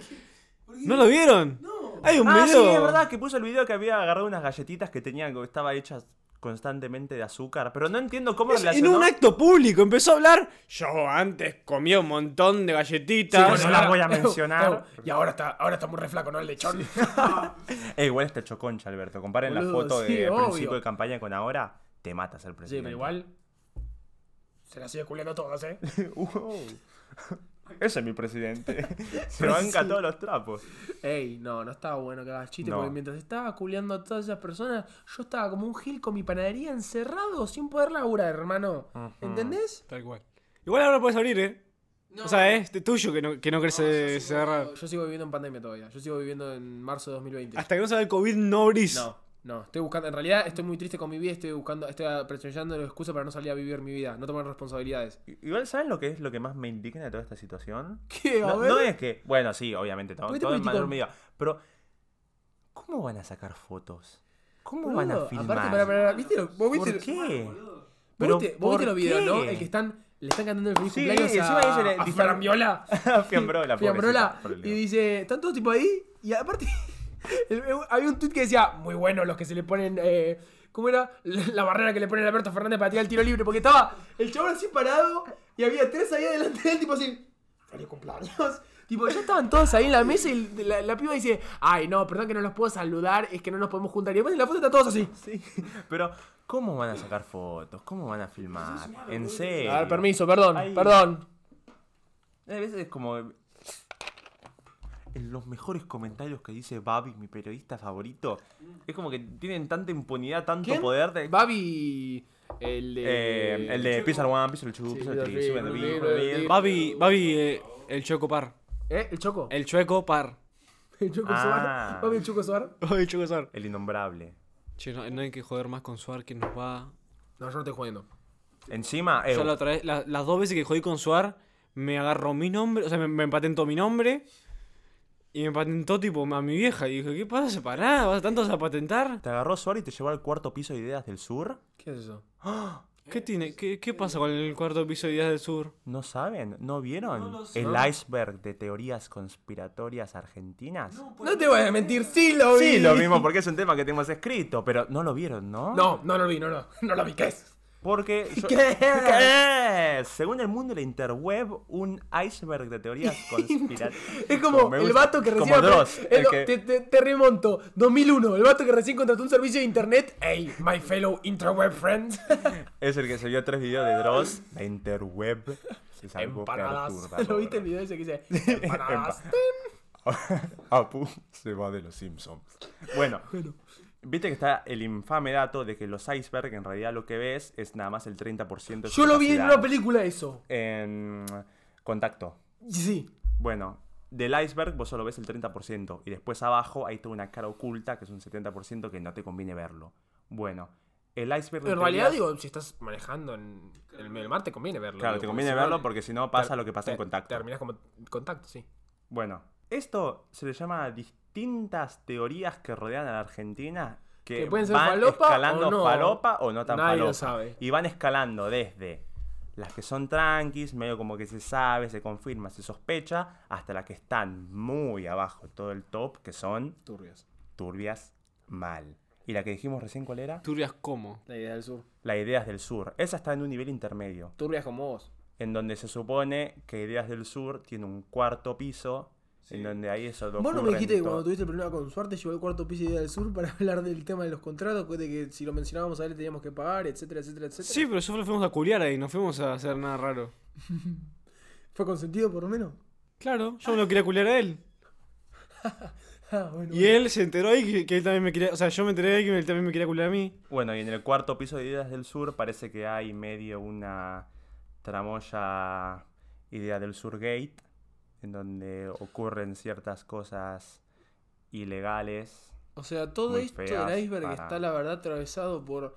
Speaker 5: ¿No lo vieron? Hay un
Speaker 3: Ah, sí,
Speaker 5: video.
Speaker 3: es verdad que puso el video que había agarrado unas galletitas que tenía, que estaba hechas constantemente de azúcar, pero no entiendo cómo
Speaker 5: En
Speaker 3: relacionó.
Speaker 5: un acto público empezó a hablar. Yo antes comía un montón de
Speaker 3: Sí,
Speaker 5: galletitas.
Speaker 3: bueno, no las voy a mencionar.
Speaker 2: Y ahora está, ahora está muy reflaco, ¿no? El lechón.
Speaker 3: Eh, igual está hecho concha, Alberto. Comparen la
Speaker 2: Boludo,
Speaker 3: foto
Speaker 2: sí,
Speaker 3: de
Speaker 2: obvio.
Speaker 3: principio de campaña con ahora, te matas al
Speaker 2: Sí,
Speaker 3: presidente.
Speaker 2: pero igual. Se la sigue culiando todas, ¿eh?
Speaker 3: Wow. Ese es mi presidente. Se banca todos los trapos.
Speaker 2: Ey, no, no estaba bueno que hagas chiste,
Speaker 3: No.
Speaker 2: porque mientras estaba culeando a todas esas personas, yo estaba como un gil con mi panadería encerrado sin poder laburar, hermano. ¿Entendés?
Speaker 5: Tal cual. Igual ahora puedes abrir, ¿eh?
Speaker 1: No.
Speaker 5: O sea, es de tuyo que no, que no querés eh, cerrar.
Speaker 2: Yo sigo viviendo en pandemia todavía, yo sigo viviendo en marzo de 2020.
Speaker 5: Hasta que no salga el COVID, no abrís.
Speaker 2: No, no, estoy buscando, en realidad estoy muy triste con mi vida, estoy buscando, estoy presionando la excusa para no salir a vivir mi vida, no tomar responsabilidades.
Speaker 3: Igual, ¿saben lo que es lo que más me indigna de toda esta situación?
Speaker 2: ¿Qué? A
Speaker 3: No,
Speaker 2: ver.
Speaker 3: no es que. Bueno, sí, obviamente, todo,
Speaker 2: Ponete
Speaker 3: todo en
Speaker 2: político.
Speaker 3: mayor medida. Pero, ¿cómo van a sacar fotos? ¿Cómo van a
Speaker 2: Boludo,
Speaker 3: filmar?
Speaker 2: Aparte, pará, pará, ¿viste lo, vos viste
Speaker 3: ¿Por
Speaker 2: lo-
Speaker 3: qué?
Speaker 2: Vos viste, vos
Speaker 3: ¿por
Speaker 2: viste los videos,
Speaker 3: qué?
Speaker 2: ¿no? El que están, le están cantando el feliz
Speaker 3: Sí,
Speaker 2: cumpleaños
Speaker 3: encima
Speaker 2: a,
Speaker 3: dice le-
Speaker 2: a
Speaker 3: disfra-
Speaker 2: Fermiola.
Speaker 3: Fiambrola,
Speaker 2: Fiambrola.
Speaker 3: pobrecita, por el
Speaker 2: Y
Speaker 3: Dios.
Speaker 2: dice, están todos tipo ahí. Y aparte, el- había un tweet que decía, muy bueno los que se le ponen, eh, ¿cómo era? La barrera que le ponen a Alberto Fernández para tirar el tiro libre. Porque estaba el chabón así parado y había tres ahí adelante de él, tipo así, feliz cumpleaños. Tipo, ya estaban todos ahí en la mesa y la, la piba dice, ay, no, perdón que no los puedo saludar, es que no nos podemos juntar. Y después en la foto están todos así.
Speaker 3: Sí, pero, ¿cómo van a sacar fotos? ¿Cómo van a filmar? En serio.
Speaker 2: A ver, permiso, perdón,
Speaker 3: Ay.
Speaker 2: perdón.
Speaker 3: A veces es como. En los mejores comentarios que dice Babi, mi periodista favorito, es como que tienen tanta impunidad, tanto
Speaker 2: ¿Quién?
Speaker 3: poder de.
Speaker 2: Babi, el de...
Speaker 3: Eh, el de Pizza One, Pizza el Chu,
Speaker 2: Sí,
Speaker 3: Pizza el
Speaker 2: lo
Speaker 3: Tri,
Speaker 2: vi,
Speaker 3: Sube el
Speaker 2: lo vi,
Speaker 3: Beat,
Speaker 2: lo vi.
Speaker 3: Beat.
Speaker 5: Babi, Babi, eh, el Choco Par.
Speaker 2: ¿Eh? ¿El Choco?
Speaker 5: El Chueco Par.
Speaker 2: El Choco
Speaker 3: Ah.
Speaker 2: Suar. Babi, el Choco Suar.
Speaker 5: el Choco Suar.
Speaker 3: El innombrable.
Speaker 5: Che, no, no hay que joder más con Suar que nos va.
Speaker 2: No, yo no estoy jugando.
Speaker 3: Encima, eh,
Speaker 5: Yo la otra vez, la- las dos veces que jodí con Suar, me agarró mi nombre, o sea, me, me patentó mi nombre. Y me patentó tipo a mi vieja. Y dije, ¿qué pasa? Pará, ¿vas tantos a patentar?
Speaker 3: te agarró Suárez y te llevó al cuarto piso de Ideas del Sur.
Speaker 2: ¿Qué es eso?
Speaker 5: ¿Qué tiene? ¿Qué, qué pasa con el cuarto episodio de Ideas del Sur?
Speaker 3: ¿No saben? ¿No vieron? El iceberg de teorías conspiratorias argentinas.
Speaker 2: No te voy a mentir, sí lo vi.
Speaker 3: sí, lo mismo, porque es un tema que tenemos escrito, pero no lo vieron, ¿no?
Speaker 2: No, no lo vi, no, no. No lo vi, ¿qué es?
Speaker 3: Porque. yo-
Speaker 2: ¿Qué es?
Speaker 3: ¿Qué es? Según el mundo de la interweb, un iceberg de teorías conspiratorias.
Speaker 2: Es como
Speaker 3: me
Speaker 2: el
Speaker 3: gusta.
Speaker 2: vato que recién.
Speaker 3: Como Dross,
Speaker 2: es
Speaker 3: el
Speaker 2: lo-
Speaker 3: que-
Speaker 2: te, te- te remonto. 2001. El vato que recién contrató un servicio de internet. Hey, my fellow interweb friends.
Speaker 3: Es el que se vio tres videos de Dross, la interweb. Es algo
Speaker 2: Empanadas.
Speaker 3: perturbador.
Speaker 2: ¿Lo viste el video ese que dice? Empanadas.
Speaker 3: Apu se va de los Simpsons. Bueno, viste que está el infame dato de que los iceberg en realidad lo que ves es nada más el 30% de su
Speaker 2: Yo lo vi en
Speaker 3: capacidad.
Speaker 2: una película eso.
Speaker 3: En contacto.
Speaker 2: Sí.
Speaker 3: Bueno, del iceberg vos solo ves el 30% y después abajo hay toda una cara oculta que es un 70% que no te conviene verlo. Bueno, el iceberg...
Speaker 2: En realidad,
Speaker 3: teoría-
Speaker 2: digo, si estás manejando en en el medio del mar, te conviene verlo.
Speaker 3: Claro,
Speaker 2: digo,
Speaker 3: te
Speaker 2: porque
Speaker 3: conviene
Speaker 2: si no,
Speaker 3: verlo porque si no pasa lo que pasa
Speaker 2: te-
Speaker 3: en contacto.
Speaker 2: Terminas como contacto, sí.
Speaker 3: Bueno, esto se le llama distintas teorías que rodean a la Argentina que,
Speaker 2: Que pueden ser
Speaker 3: van
Speaker 2: falopa
Speaker 3: escalando
Speaker 2: o no.
Speaker 3: falopa o no tan
Speaker 2: Nadie lo
Speaker 3: falopa.
Speaker 2: sabe.
Speaker 3: Y van escalando desde las que son tranquis, medio como que se sabe, se confirma, se sospecha, hasta las que están muy abajo, todo el top, que son
Speaker 1: Turbias.
Speaker 3: turbias mal. ¿Y la que dijimos recién cuál era?
Speaker 5: Turbias como.
Speaker 1: La idea del sur.
Speaker 3: La Ideas del Sur. Esa está en un nivel intermedio
Speaker 1: Turbias como vos.
Speaker 3: en donde se supone que Ideas del Sur tiene un cuarto piso, en donde ahí eso
Speaker 2: Vos no me dijiste que cuando tuviste el problema con Suarte llegó el cuarto piso de Idea del Sur para hablar del tema de los contratos, de que si lo mencionábamos a él teníamos que pagar, etcétera, etcétera, etcétera.
Speaker 5: Sí, pero solo fuimos a culiar ahí, no fuimos a hacer nada raro.
Speaker 2: ¿Fue consentido por lo menos?
Speaker 5: Claro, yo no lo quería culiar a él.
Speaker 2: Ah, bueno.
Speaker 5: Y él se enteró ahí que, que él también me quería. O sea, yo me enteré ahí que él también me quería culiar a mí.
Speaker 3: Bueno, y en el cuarto piso de Ideas del Sur parece que hay medio una tramoya Ideas del Sur Gate, en donde ocurren ciertas cosas ilegales.
Speaker 2: O sea, todo
Speaker 3: Muy
Speaker 2: esto
Speaker 3: feas
Speaker 2: del iceberg
Speaker 3: para-
Speaker 2: está la verdad atravesado por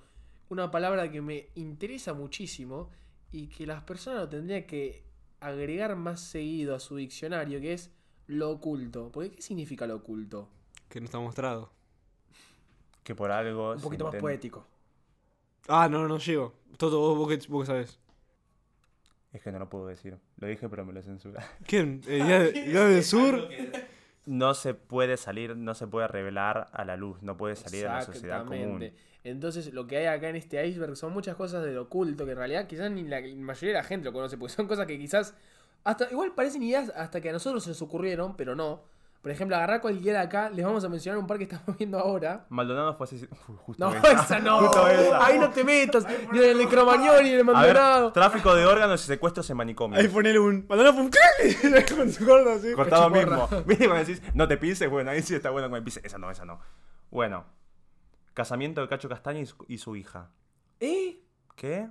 Speaker 2: una palabra que me interesa muchísimo y que las personas lo tendrían que agregar más seguido a su diccionario, que es lo oculto. Porque ¿qué significa lo oculto?
Speaker 5: Que no está mostrado.
Speaker 3: Que por algo.
Speaker 2: Un
Speaker 3: se
Speaker 2: poquito más
Speaker 3: inten-
Speaker 2: poético.
Speaker 5: Ah, no, no llego. Toto, vos, vos, que, vos que sabés.
Speaker 3: Es que no lo puedo decir. Lo dije, pero me lo censura.
Speaker 5: ¿Quién? Eh, ¿Idea, idea del Sur?
Speaker 3: No se puede salir, no se puede revelar a la luz, no puede salir a la sociedad común.
Speaker 2: Entonces, lo que hay acá en este iceberg son muchas cosas de lo oculto que en realidad quizás ni la mayoría de la gente lo conoce, porque son cosas que quizás hasta igual parecen ideas hasta que a nosotros se nos ocurrieron, pero no. Por ejemplo, agarrar cualquiera acá, les vamos a mencionar un par que estamos viendo ahora.
Speaker 3: Maldonado fue así. justo
Speaker 2: No,
Speaker 3: esa.
Speaker 2: esa no.
Speaker 3: Justo esa.
Speaker 2: Ahí no te metas. Ni en el de Cromañón, ni en el
Speaker 3: A ver,
Speaker 2: Maldonado.
Speaker 3: tráfico de órganos y secuestros en manicomios.
Speaker 5: Ahí ponele un. Mandalo un clic con su gordo así.
Speaker 3: Cortado
Speaker 2: cachiporra.
Speaker 3: mismo. Viste cuando decís, no te pises, bueno, ahí sí está bueno que me pises. Esa no, esa no. Bueno. Casamiento de Cacho Castaña y su, y su hija.
Speaker 2: ¿Eh?
Speaker 3: ¿Qué?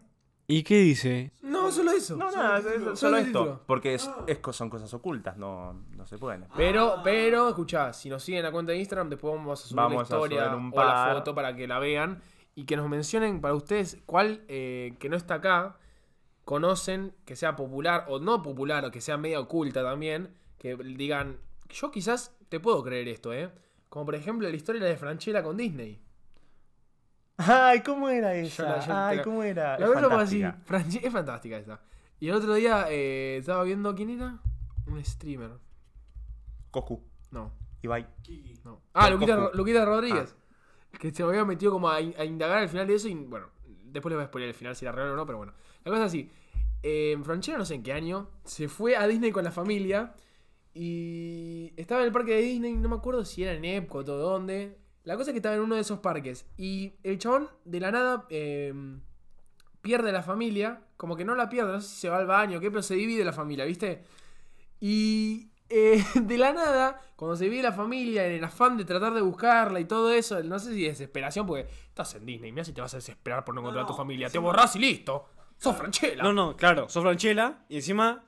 Speaker 5: ¿Y qué dice?
Speaker 2: No, solo eso.
Speaker 3: No,
Speaker 2: Solo
Speaker 3: nada,
Speaker 2: el título,
Speaker 3: solo,
Speaker 2: el
Speaker 3: esto.
Speaker 2: título.
Speaker 3: Porque es- es co- son cosas ocultas, no, no se pueden. Ah.
Speaker 2: Pero, pero, escuchá, si nos siguen la cuenta de Instagram, después vamos a subir
Speaker 3: Vamos
Speaker 2: la
Speaker 3: a
Speaker 2: historia
Speaker 3: subir un
Speaker 2: o la
Speaker 3: par.
Speaker 2: foto para que la vean y que nos mencionen para ustedes cuál eh, que no está acá conocen, que sea popular o no popular o que sea media oculta también, que digan, yo quizás te puedo creer esto, ¿eh? Como por ejemplo la historia de Franchella con Disney.
Speaker 3: Ay, ¿cómo era
Speaker 2: la- yo te
Speaker 3: Ay,
Speaker 2: la-
Speaker 3: ¿cómo era?
Speaker 2: La
Speaker 3: Ah, Es
Speaker 2: verdad así,
Speaker 3: fantástica.
Speaker 2: Franchi- es fantástica esta. Y el otro día eh, estaba viendo quién era un streamer.
Speaker 3: Coscu.
Speaker 2: No,
Speaker 3: Ibai.
Speaker 2: no. Ah,
Speaker 3: No,
Speaker 2: Luquita,
Speaker 3: Coscu.
Speaker 2: Luquita Rodríguez. Que se me había metido como a, in- a indagar al final de eso y bueno, después les voy a spoiler el final si era real o no, pero bueno. La cosa es así. En Franchella no sé en qué año, se fue a Disney con la familia y estaba en el parque de Disney, no me acuerdo si era en Epcot o dónde. La cosa es que estaba en uno de esos parques y el chabón de la nada em, pierde la familia, como que no la pierde, no sé si se va al baño o qué, pero se divide la familia, ¿viste? Y eh, de la nada, cuando se divide la familia en el afán de tratar de buscarla y todo eso, no sé si desesperación, porque estás en Disney, mira si te vas a desesperar por no encontrar a tu familia, te borrás y listo. Sos Franchella.
Speaker 5: No, no, claro, sos Franchella y encima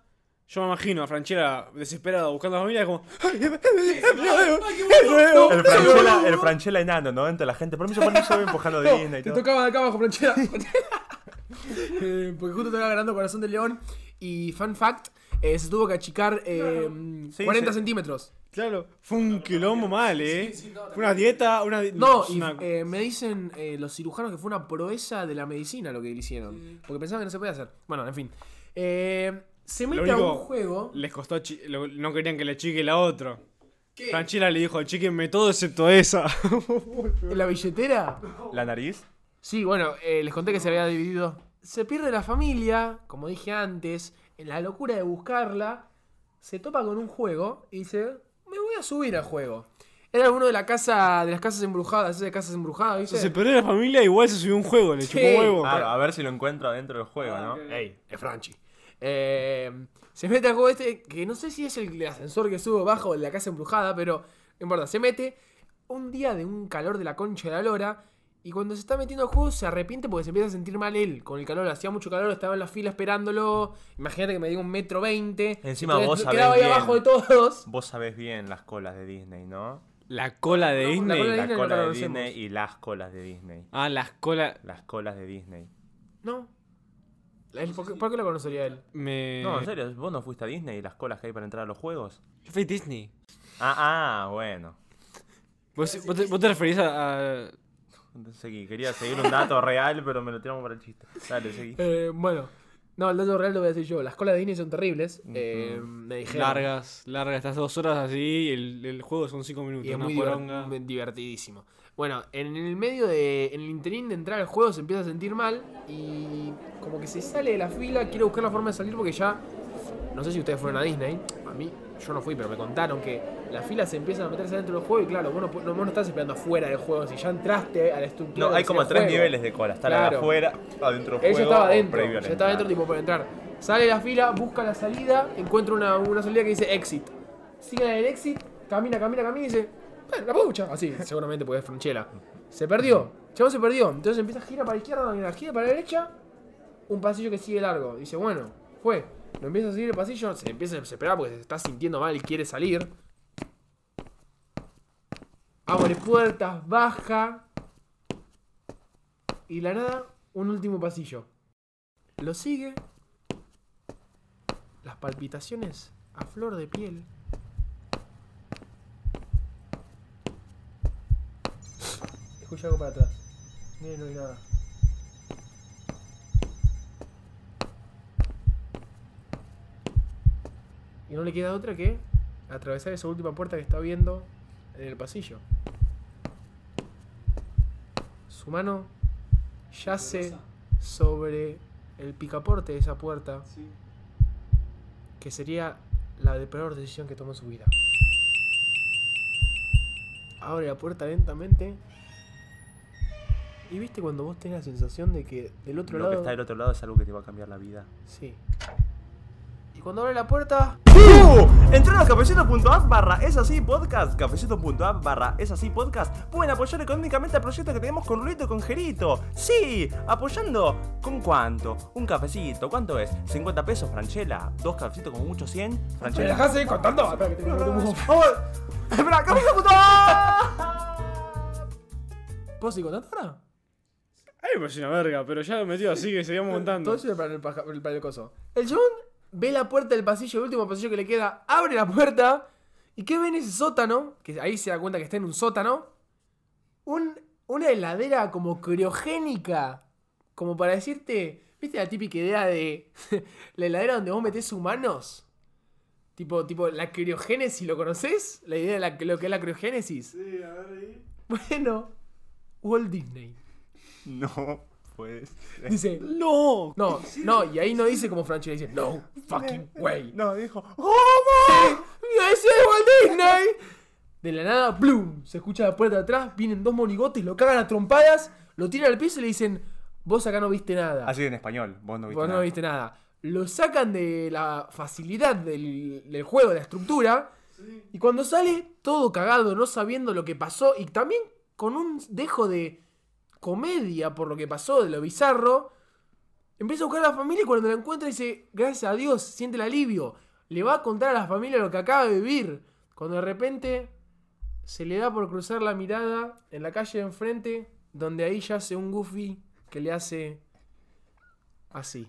Speaker 5: yo me imagino a Franchella desesperada buscando a la familia como.
Speaker 3: El Franchella, el Franchella enano, ¿no? Entre la gente. Por mí yo por mí yo voy empujando de
Speaker 2: No,
Speaker 3: Disney y
Speaker 2: te
Speaker 3: todo.
Speaker 2: tocaba de acá abajo, Franchella. Eh, porque justo estaba ganando Corazón de León. Y fun fact, eh, se tuvo que achicar eh,
Speaker 3: Sí,
Speaker 2: 40
Speaker 3: sí.
Speaker 2: centímetros.
Speaker 5: Claro, fue un quilombo mal, eh. Fue una dieta, una. di-
Speaker 2: No, y
Speaker 5: una-
Speaker 2: eh, me dicen eh, los cirujanos que fue una proeza de la medicina lo que le hicieron. Porque pensaban que no se podía hacer. Bueno, en fin. Eh, se mete a un
Speaker 5: único-
Speaker 2: juego.
Speaker 5: Les costó. chi- lo- No querían que le chique la otra. Franchella le dijo, chiquenme todo excepto esa.
Speaker 2: ¿En la billetera?
Speaker 3: La nariz.
Speaker 2: Sí, bueno, eh, les conté que se había dividido. Se pierde la familia, como dije antes, en la locura de buscarla, se topa con un juego y dice, me voy a subir al juego. Era uno de la casa, de las casas embrujadas, ese de casas embrujadas, ¿viste?
Speaker 5: Se perdió la familia, igual se subió un juego, le
Speaker 2: Sí.
Speaker 3: Ah,
Speaker 5: chupó huevo.
Speaker 2: Ah,
Speaker 3: Claro, a ver si lo encuentro dentro del juego, ¿no?
Speaker 2: Ey, es Franchi. Eh, se mete al juego este, que no sé si es el ascensor que sube o baja o el de la casa embrujada, pero no importa, se mete un día de un calor de la concha de la lora. Y cuando se está metiendo al juego se arrepiente porque se empieza a sentir mal él con el calor. Hacía mucho calor, estaba en la fila esperándolo. Imagínate que me diga un metro veinte.
Speaker 3: Encima
Speaker 2: Entonces,
Speaker 3: vos sabés
Speaker 2: Quedaba ahí
Speaker 3: bien.
Speaker 2: abajo de todos.
Speaker 3: Vos sabés bien las colas de Disney, ¿no?
Speaker 5: La cola de
Speaker 2: No, la cola
Speaker 5: Disney.
Speaker 2: de-
Speaker 3: La
Speaker 2: Disney no
Speaker 3: cola
Speaker 2: la
Speaker 3: de
Speaker 2: conocemos.
Speaker 3: Disney y las colas de Disney.
Speaker 5: Ah, las colas.
Speaker 3: Las colas de Disney.
Speaker 2: No. La- ¿Por qué, por qué lo conocería él?
Speaker 5: Me.
Speaker 3: No, en serio, vos no fuiste a Disney y las colas que hay para entrar a los juegos.
Speaker 5: Yo fui Disney.
Speaker 3: Ah, ah, bueno.
Speaker 5: ¿Vos, vos te, vos te referís a, a-
Speaker 3: Seguí, quería seguir un dato real, pero me lo tiramos para el chiste. Dale, seguí.
Speaker 2: Eh, bueno. No, el dato real lo voy a decir yo. Las colas de Disney son terribles. Eh, me dijeron.
Speaker 5: largas, largas, estas dos horas así y el, el juego son cinco minutos.
Speaker 2: Y es
Speaker 5: una
Speaker 2: muy
Speaker 5: poronga.
Speaker 2: divert- divertidísimo. Bueno, en el medio de. En el interín de entrar al juego se empieza a sentir mal. Y como que se sale de la fila, quiere buscar la forma de salir porque ya. No sé si ustedes fueron a Disney. A mí, yo no fui, pero me contaron que las filas se empiezan a meterse dentro del juego. Y claro, vos no, pu- no- vos no estás esperando afuera del juego. Si ya entraste a la estructura.
Speaker 3: No,
Speaker 2: que
Speaker 3: hay
Speaker 2: sea
Speaker 3: como
Speaker 2: el
Speaker 3: tres
Speaker 2: juego.
Speaker 3: niveles de cola. Está la de
Speaker 2: Claro.
Speaker 3: afuera, adentro del
Speaker 2: Él ya
Speaker 3: juego,
Speaker 2: estaba
Speaker 3: o
Speaker 2: dentro,
Speaker 3: previo a la
Speaker 2: ya estaba
Speaker 3: entrada.
Speaker 2: dentro tipo para entrar. Sale de la fila, busca la salida, encuentra una, una salida que dice exit. Sigue en el exit, camina, camina, camina y dice, "Bueno, la pucha. Así, seguramente porque es franchela. Se perdió, chabón se perdió. Entonces empieza a girar para la izquierda, gira, gira para la derecha, un pasillo que sigue largo. Dice, bueno, fue. Lo empieza a seguir el pasillo, se empieza a desesperar porque se está sintiendo mal y quiere salir. Abre puertas, baja. Y de la nada, un último pasillo. Lo sigue. Las palpitaciones a flor de piel. Escucha algo para atrás. Mira, no hay nada. Y no le queda otra que atravesar esa última puerta que está viendo en el pasillo. Su mano yace sobre el picaporte de esa puerta, que sería la de peor decisión que tomó en su vida. Abre la puerta lentamente. Y viste cuando vos tenés la sensación de que del otro
Speaker 3: Lo
Speaker 2: lado.
Speaker 3: que está del otro lado es algo que te va a cambiar la vida.
Speaker 2: Sí. Y cuando abre la puerta,
Speaker 3: Entra a cafecito.app barra es así podcast, cafecito.app barra es así podcast. Pueden apoyar económicamente al proyecto que tenemos con Rulito y con Gerito. Sí, apoyando con cuánto? Un cafecito, ¿cuánto es? 50 pesos, Franchela. Dos cafecitos como mucho 100,
Speaker 2: ¿Me
Speaker 3: Franchela.
Speaker 2: dejás seguir contando? Espera, que tengo que tomar un moco.
Speaker 3: Espera, cafecito.app.
Speaker 2: ¿Puedo seguir contando ahora?
Speaker 5: Ay, pues una verga, pero ya lo metió así que seguíamos montando.
Speaker 2: Todo sirve para el, paja- para el coso. El chabón ve la puerta del pasillo, el último pasillo que le queda, abre la puerta. ¿Y qué ve en ese sótano? Que ahí se da cuenta que está en un sótano. Un, una heladera como criogénica. Como para decirte, ¿viste la típica idea de la heladera donde vos metés humanos? Tipo, tipo la criogénesis, ¿lo conocés? La idea de la- lo que es la criogénesis.
Speaker 5: Sí, a ver ahí.
Speaker 2: Bueno, Walt Disney.
Speaker 3: No, pues.
Speaker 2: Dice,
Speaker 5: ¡No!
Speaker 2: No, no, y ahí no dice como Franchi, dice, no, fucking way.
Speaker 3: No, dijo.
Speaker 5: "Oh".
Speaker 2: ¡Cómo! ¡Y ese es Walt Disney! De la nada, ¡plum! Se escucha la puerta de atrás, vienen dos monigotes, lo cagan a trompadas, lo tiran al piso y le dicen, vos acá no viste nada.
Speaker 3: Así en español, vos no viste.
Speaker 2: vos no
Speaker 3: nada.
Speaker 2: viste nada. Lo sacan de la facilidad del, del juego, de la estructura, y cuando sale, todo cagado, no sabiendo lo que pasó, y también con un dejo de comedia por lo que pasó, de lo bizarro, Empieza a buscar a la familia y cuando la encuentra dice, gracias a Dios, siente el alivio. Le va a contar a la familia lo que acaba de vivir. Cuando de repente se le da por cruzar la mirada en la calle de enfrente, donde ahí yace un Goofy que le hace así.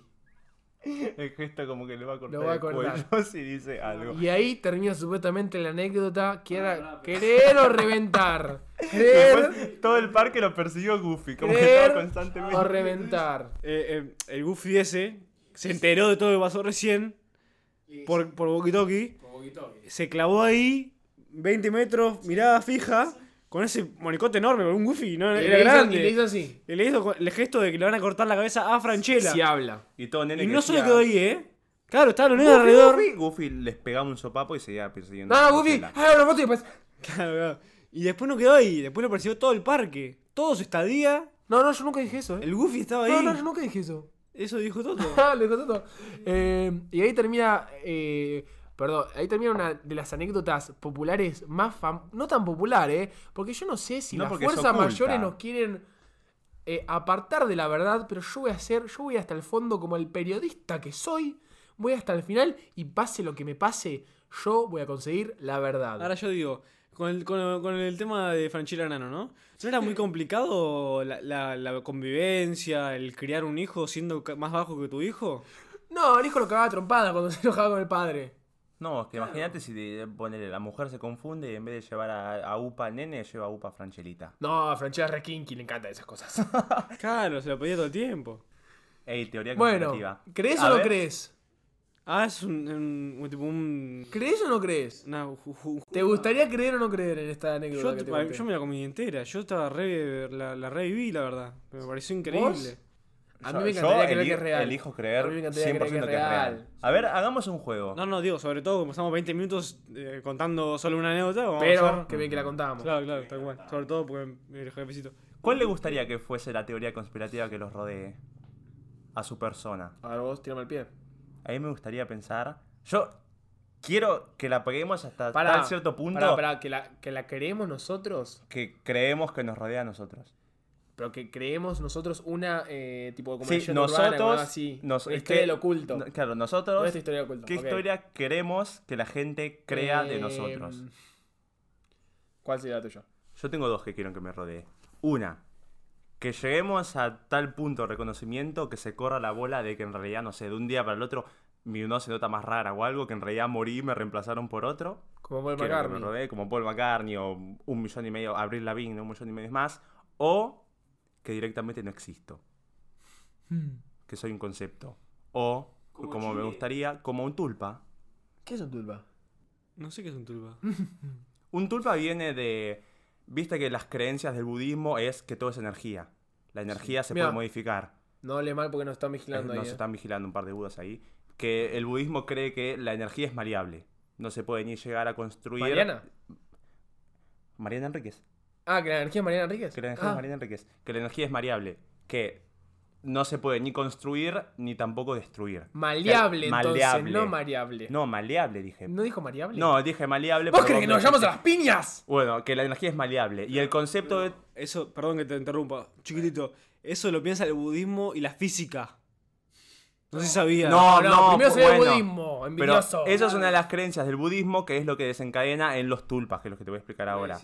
Speaker 3: El gesto como que le va a cortar
Speaker 2: Lo va a
Speaker 3: el
Speaker 2: cortar.
Speaker 3: cuello si dice algo.
Speaker 2: Y ahí termina supuestamente la anécdota que era querer o reventar. Querer,
Speaker 3: Después, Pues, todo el parque lo persiguió Goofy, como que
Speaker 2: querer
Speaker 3: estaba
Speaker 2: o
Speaker 3: constantemente.
Speaker 2: reventar.
Speaker 5: Eh, eh, el Goofy ese se enteró de todo lo que pasó recién por, por Walkie Talkie. Se clavó ahí, 20 metros, mirada fija, con ese monicote enorme, con un Goofy, ¿no?
Speaker 2: Y
Speaker 5: Era
Speaker 2: le hizo-
Speaker 5: grande.
Speaker 2: y le hizo así.
Speaker 5: Y le hizo co- el gesto de que le van a cortar la cabeza a Franchella.
Speaker 2: Si habla.
Speaker 3: Y todo nene
Speaker 5: y
Speaker 3: que
Speaker 5: no solo
Speaker 3: decía,
Speaker 5: quedó ahí, ¿eh? Claro, estaban los nenes
Speaker 3: Goofy,
Speaker 5: alrededor.
Speaker 3: Goofy, Goofy les pegaba un sopapo y seguía persiguiendo.
Speaker 2: No,
Speaker 3: a
Speaker 2: no, Goofy, Ah,
Speaker 3: Franchella.
Speaker 2: haga una foto y después...
Speaker 5: Claro, claro. Y después no quedó ahí, después lo persiguió todo el parque. Todo su estadía,
Speaker 2: No, no, yo nunca dije eso, ¿eh?
Speaker 5: el Goofy estaba ahí.
Speaker 2: No, no, yo nunca dije eso.
Speaker 5: Eso dijo Toto.
Speaker 2: Ah, lo dijo Toto. Eh, y ahí termina. eh, perdón, ahí termina una de las anécdotas populares más fam- No tan popular, ¿eh? Porque yo no sé si
Speaker 3: No,
Speaker 2: las
Speaker 3: porque es
Speaker 2: fuerzas
Speaker 3: oculta.
Speaker 2: mayores nos quieren eh, apartar de la verdad, pero yo voy a hacer. Yo voy hasta el fondo como el periodista que soy. Voy hasta el final y pase lo que me pase, yo voy a conseguir la verdad.
Speaker 5: Ahora yo digo, con el, con el, con el tema de Franchella Nano, ¿no? ¿No era muy complicado la, la- la convivencia, el criar un hijo siendo ca- más bajo que tu hijo?
Speaker 2: No, el hijo lo cagaba a trompada cuando se enojaba con el padre.
Speaker 3: No, es que imagínate si de- ponele, la mujer se confunde y en vez de llevar a, a UPA al nene, lleva a UPA a Franchelita.
Speaker 2: No, Franchella es re kinky, le encantan esas cosas.
Speaker 5: Claro, se lo pedía todo el tiempo.
Speaker 3: Ey, teoría
Speaker 2: bueno,
Speaker 3: conspirativa.
Speaker 2: ¿crees
Speaker 3: A
Speaker 2: o no
Speaker 3: ver,
Speaker 2: crees?
Speaker 5: Ah, es un, un- un tipo un...
Speaker 2: ¿Crees o no crees?
Speaker 5: una ju- ju-
Speaker 2: ¿Te gustaría creer o no creer en esta anécdota?
Speaker 5: yo,
Speaker 2: que te
Speaker 5: ah,
Speaker 2: conté?
Speaker 5: yo me la comí entera, yo estaba re, la, la reviví, la verdad. Me pareció increíble.
Speaker 2: A
Speaker 3: yo-
Speaker 2: mí me
Speaker 3: yo
Speaker 2: encantaría creer que
Speaker 3: eli-
Speaker 2: es real.
Speaker 3: Elijo creer
Speaker 2: A mí me encantaría
Speaker 3: 100%
Speaker 2: creer
Speaker 3: que es real. A ver, hagamos un juego.
Speaker 5: No, no, digo, sobre todo como estamos 20 minutos eh, contando solo una anécdota, vamos a
Speaker 2: Pero,
Speaker 5: hacer-
Speaker 2: que bien que la contábamos.
Speaker 5: Claro, claro, tal cual. Sobre todo porque me dejó el besito.
Speaker 3: ¿Cuál le gustaría que fuese la teoría conspirativa que los rodee a su persona?
Speaker 2: A ver, vos tirame el pie.
Speaker 3: A mí me gustaría pensar. Yo quiero que la peguemos hasta
Speaker 2: Pará,
Speaker 3: tal cierto punto
Speaker 2: Pará, pará, que la, que la creemos nosotros,
Speaker 3: que creemos que nos rodea a nosotros.
Speaker 2: pero que creemos nosotros una, eh, tipo, como
Speaker 3: Sí,
Speaker 2: leyenda urbana, como
Speaker 3: nosotros.
Speaker 2: algo así.
Speaker 3: nos-
Speaker 2: una
Speaker 3: es
Speaker 2: historia
Speaker 3: que-
Speaker 2: del oculto.
Speaker 3: no, claro, nosotros.
Speaker 2: Nuestra historia del oculto,
Speaker 3: ¿Qué
Speaker 2: ok.
Speaker 3: historia queremos que la gente crea de
Speaker 2: Eh,
Speaker 3: nosotros?
Speaker 2: ¿Cuál sería la tuya?
Speaker 3: Yo tengo dos que quiero que me rodee. Una, que lleguemos a tal punto de reconocimiento que se corra la bola de que en realidad, no sé, de un día para el otro, mi una se nota más rara o algo, que en realidad morí y me reemplazaron por otro.
Speaker 2: Como Paul
Speaker 3: Quiero que me
Speaker 2: McCartney.
Speaker 3: rodee, como Paul McCartney o un millón y medio, Abril Lavigne, un millón y medio más. O que directamente no existo,
Speaker 2: Hmm.
Speaker 3: que soy un concepto. O, como, me gustaría, como un tulpa.
Speaker 2: ¿Qué es un tulpa?
Speaker 5: No sé qué es un tulpa.
Speaker 3: Un tulpa viene de. Viste que las creencias del budismo es que todo es energía. La energía se
Speaker 2: Mirá.
Speaker 3: puede modificar.
Speaker 2: No hables mal porque nos están
Speaker 3: Eh,
Speaker 2: vigilando ahí.
Speaker 3: Nos
Speaker 2: eh.
Speaker 3: están vigilando un par de budas ahí. Que el budismo cree que la energía es maleable. No se puede ni llegar a construir.
Speaker 2: ¿Mariana?
Speaker 3: Mariana Enríquez.
Speaker 2: Ah, que la energía es Mariana Enríquez.
Speaker 3: Que la energía
Speaker 2: Ah,
Speaker 3: es Mariana Enríquez. Que la energía es maleable. Que no se puede ni construir ni tampoco destruir.
Speaker 2: Maleable,
Speaker 3: Que-
Speaker 2: entonces,
Speaker 3: maleable.
Speaker 2: no variable.
Speaker 3: No, maleable dije. No,
Speaker 2: ¿No dijo maleable?
Speaker 3: dije maleable.
Speaker 2: ¿Vos
Speaker 3: pero
Speaker 2: crees que
Speaker 3: me
Speaker 2: nos llamamos a
Speaker 3: dijiste-
Speaker 2: las piñas?
Speaker 3: Bueno, que la energía es maleable. Y el concepto de.
Speaker 5: Eso, perdón que te interrumpa, chiquitito. Eso lo piensa el budismo y la física. No sé si sabía.
Speaker 3: No, no,
Speaker 2: primero sería
Speaker 3: bueno.
Speaker 2: el budismo,
Speaker 3: Pero
Speaker 2: envidioso.
Speaker 3: eso es una de las creencias del budismo que es lo que desencadena en los tulpas, que es lo que te voy a explicar ahora.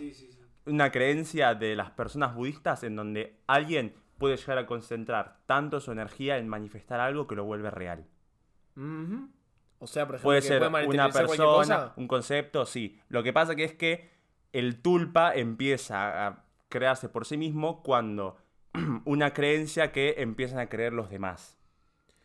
Speaker 3: Una creencia de las personas budistas en donde alguien puede llegar a concentrar tanto su energía en manifestar algo que lo vuelve real.
Speaker 2: Ujú. O sea, por ejemplo,
Speaker 3: Puede
Speaker 2: que
Speaker 3: ser una
Speaker 2: malinterpretar cualquier
Speaker 3: persona,
Speaker 2: cosa.
Speaker 3: un concepto, sí. Lo que pasa que es que el tulpa empieza a crearse por sí mismo cuando una creencia que empiezan a creer los demás.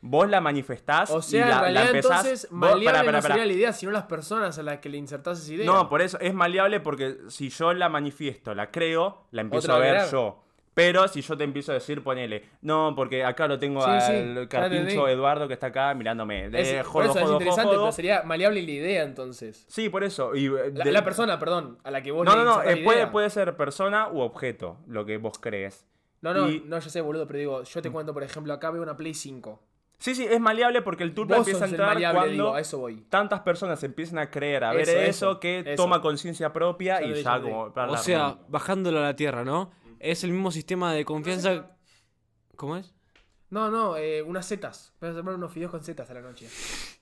Speaker 3: Vos la manifestás
Speaker 2: O sea,
Speaker 3: y la,
Speaker 2: en
Speaker 3: la
Speaker 2: realidad
Speaker 3: empezás-
Speaker 2: entonces
Speaker 3: vos-
Speaker 2: maleable
Speaker 3: pará, pará,
Speaker 2: no
Speaker 3: pará.
Speaker 2: sería la idea, sino las personas a las que le insertás esa idea.
Speaker 3: No, pues, por eso es maleable porque si yo la manifiesto, la creo, la empiezo
Speaker 2: Otra
Speaker 3: a ver
Speaker 2: variedad.
Speaker 3: yo. Pero si yo te empiezo a decir, ponele, no, porque acá lo tengo
Speaker 2: Sí, sí,
Speaker 3: al
Speaker 2: ya
Speaker 3: carpincho
Speaker 2: entendí.
Speaker 3: Eduardo que está acá mirándome.
Speaker 2: es,
Speaker 3: Eh,
Speaker 2: por
Speaker 3: jodo,
Speaker 2: eso es
Speaker 3: jodo,
Speaker 2: interesante,
Speaker 3: jodo.
Speaker 2: pero sería maleable la idea entonces.
Speaker 3: Sí, por eso. y, eh,
Speaker 2: La,
Speaker 3: de-
Speaker 2: la persona, perdón, a la que vos
Speaker 3: No,
Speaker 2: le
Speaker 3: no, no,
Speaker 2: insertás
Speaker 3: eh,
Speaker 2: la
Speaker 3: puede,
Speaker 2: idea.
Speaker 3: puede ser persona u objeto, lo que vos crees.
Speaker 2: No, no,
Speaker 3: Y-
Speaker 2: no, yo sé, boludo, pero digo, yo te cuento, por ejemplo, acá veo una Play 5.
Speaker 3: Sí, sí, es maleable porque el turno
Speaker 2: Vos
Speaker 3: empieza a
Speaker 2: sos el
Speaker 3: entrar
Speaker 2: maleable,
Speaker 3: cuando
Speaker 2: digo, a eso voy.
Speaker 3: tantas personas empiezan a creer, a ver
Speaker 2: Eso,
Speaker 3: eso,
Speaker 2: eso,
Speaker 3: que
Speaker 2: eso.
Speaker 3: toma conciencia propia
Speaker 2: Ya lo
Speaker 3: y
Speaker 2: dije,
Speaker 3: ya
Speaker 2: lo
Speaker 3: como...
Speaker 5: O
Speaker 3: para
Speaker 5: sea,
Speaker 3: la-
Speaker 5: bajándolo a la tierra, ¿no? Es el mismo sistema de confianza. ¿Cómo es?
Speaker 2: No, no, eh, unas setas. Voy a sembrar unos fideos con setas a la noche.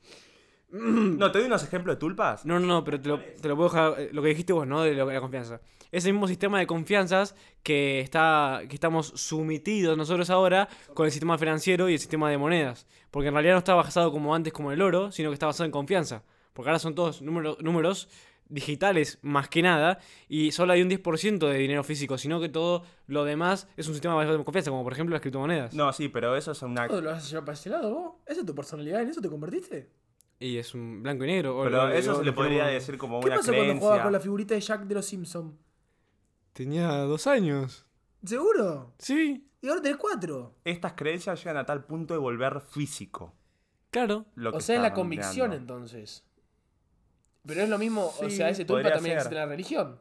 Speaker 3: No, te doy unos ejemplos de tulpas.
Speaker 5: No, no, no, pero te lo, te lo puedo dejar. eh, Lo que dijiste vos, ¿no? De lo- la confianza. Es el mismo sistema de confianzas que, está, que estamos sumitidos nosotros ahora con el sistema financiero y el sistema de monedas. Porque en realidad no está basado como antes, como el oro, sino que está basado en confianza. Porque ahora son todos número- números digitales más que nada y solo hay un 10% de dinero físico, sino que todo lo demás es un sistema basado en confianza, como por ejemplo las criptomonedas.
Speaker 3: No, sí, pero eso es una...
Speaker 2: ¿Todo lo vas a llevar para ese lado vos? ¿Esa es tu personalidad? ¿En eso te convertiste?
Speaker 5: Y es un blanco y negro. o
Speaker 3: Pero
Speaker 5: lo-
Speaker 3: eso
Speaker 5: o
Speaker 3: se
Speaker 5: lo
Speaker 3: le podría
Speaker 5: firmo-
Speaker 3: decir como
Speaker 2: ¿Qué
Speaker 3: una
Speaker 2: pasó cuando
Speaker 3: creencia.
Speaker 2: jugabas con la figurita de Jack de los Simpsons?
Speaker 5: Tenía dos años.
Speaker 2: ¿Seguro?
Speaker 5: Sí,
Speaker 2: Y ahora tenés cuatro.
Speaker 3: Estas creencias llegan a tal punto de volver físico.
Speaker 5: claro.
Speaker 3: lo
Speaker 2: O
Speaker 3: que
Speaker 2: sea, es la
Speaker 3: estaban
Speaker 2: convicción
Speaker 3: creando.
Speaker 2: entonces. Pero es lo mismo, o
Speaker 3: Sí,
Speaker 2: sea, ese tulpa
Speaker 3: podría
Speaker 2: también
Speaker 3: ser.
Speaker 2: existe en la religión.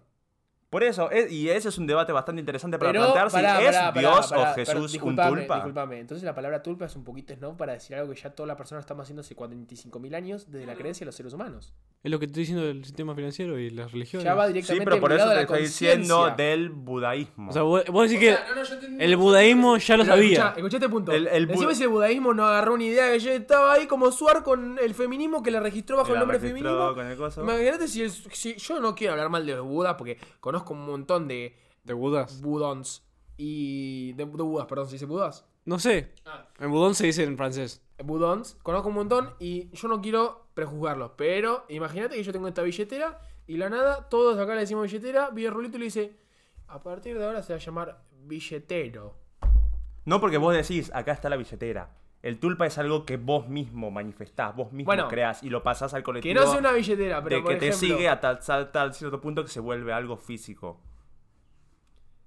Speaker 3: Por eso, es- y ese es un debate bastante interesante para
Speaker 1: Pero,
Speaker 3: plantear si
Speaker 1: pará,
Speaker 3: es
Speaker 1: pará, pará,
Speaker 3: Dios
Speaker 1: pará,
Speaker 3: o
Speaker 1: pero
Speaker 3: Jesús un
Speaker 1: disculpame,
Speaker 3: tulpa.
Speaker 1: disculpame. Entonces la palabra tulpa es un poquito snob para decir algo que ya todas las personas estamos haciendo hace 45.000 años desde la creencia de los seres humanos.
Speaker 5: Es lo que estoy diciendo del sistema financiero y las religiones.
Speaker 1: Ya va
Speaker 3: Sí,
Speaker 1: directamente
Speaker 3: pero por eso
Speaker 1: ligado a
Speaker 3: te
Speaker 1: la
Speaker 3: estoy diciendo
Speaker 1: conciencia.
Speaker 3: del budaísmo.
Speaker 5: O sea, vos, vos decís
Speaker 1: O sea,
Speaker 5: que
Speaker 1: no, no, yo entendí-
Speaker 5: el budaísmo ya lo
Speaker 2: Pero
Speaker 5: sabía.
Speaker 2: Escucha, escucha este punto.
Speaker 3: El- el
Speaker 2: Decime
Speaker 3: Buda-
Speaker 2: si el budaísmo no agarró una idea que yo estaba ahí como suar con el feminismo que la registró bajo el
Speaker 3: La
Speaker 2: nombre
Speaker 3: registró
Speaker 2: feminismo.
Speaker 3: con el coso.
Speaker 2: Imagínate si, el- si- yo no quiero hablar mal de los budas porque conozco un montón de
Speaker 5: ¿Te budas?
Speaker 2: budons y de, de budas, perdón, si dice budas.
Speaker 5: No sé. En budón se dice en francés.
Speaker 2: Budons, conozco un montón y yo no quiero prejuzgarlos, pero imagínate que yo tengo esta billetera y la nada, todos acá le decimos billetera, viene Rulito y le dice, a partir de ahora se va a llamar billetero.
Speaker 3: No porque vos decís, acá está la billetera. El tulpa es algo que vos mismo manifestás, vos mismo
Speaker 2: Bueno,
Speaker 3: creás y lo pasás al
Speaker 2: Que
Speaker 3: colectivo.
Speaker 2: no sea una billetera, pero
Speaker 3: de
Speaker 2: por
Speaker 3: que te
Speaker 2: ejemplo-
Speaker 3: sigue a tal, tal- tal cierto punto que se vuelve algo físico.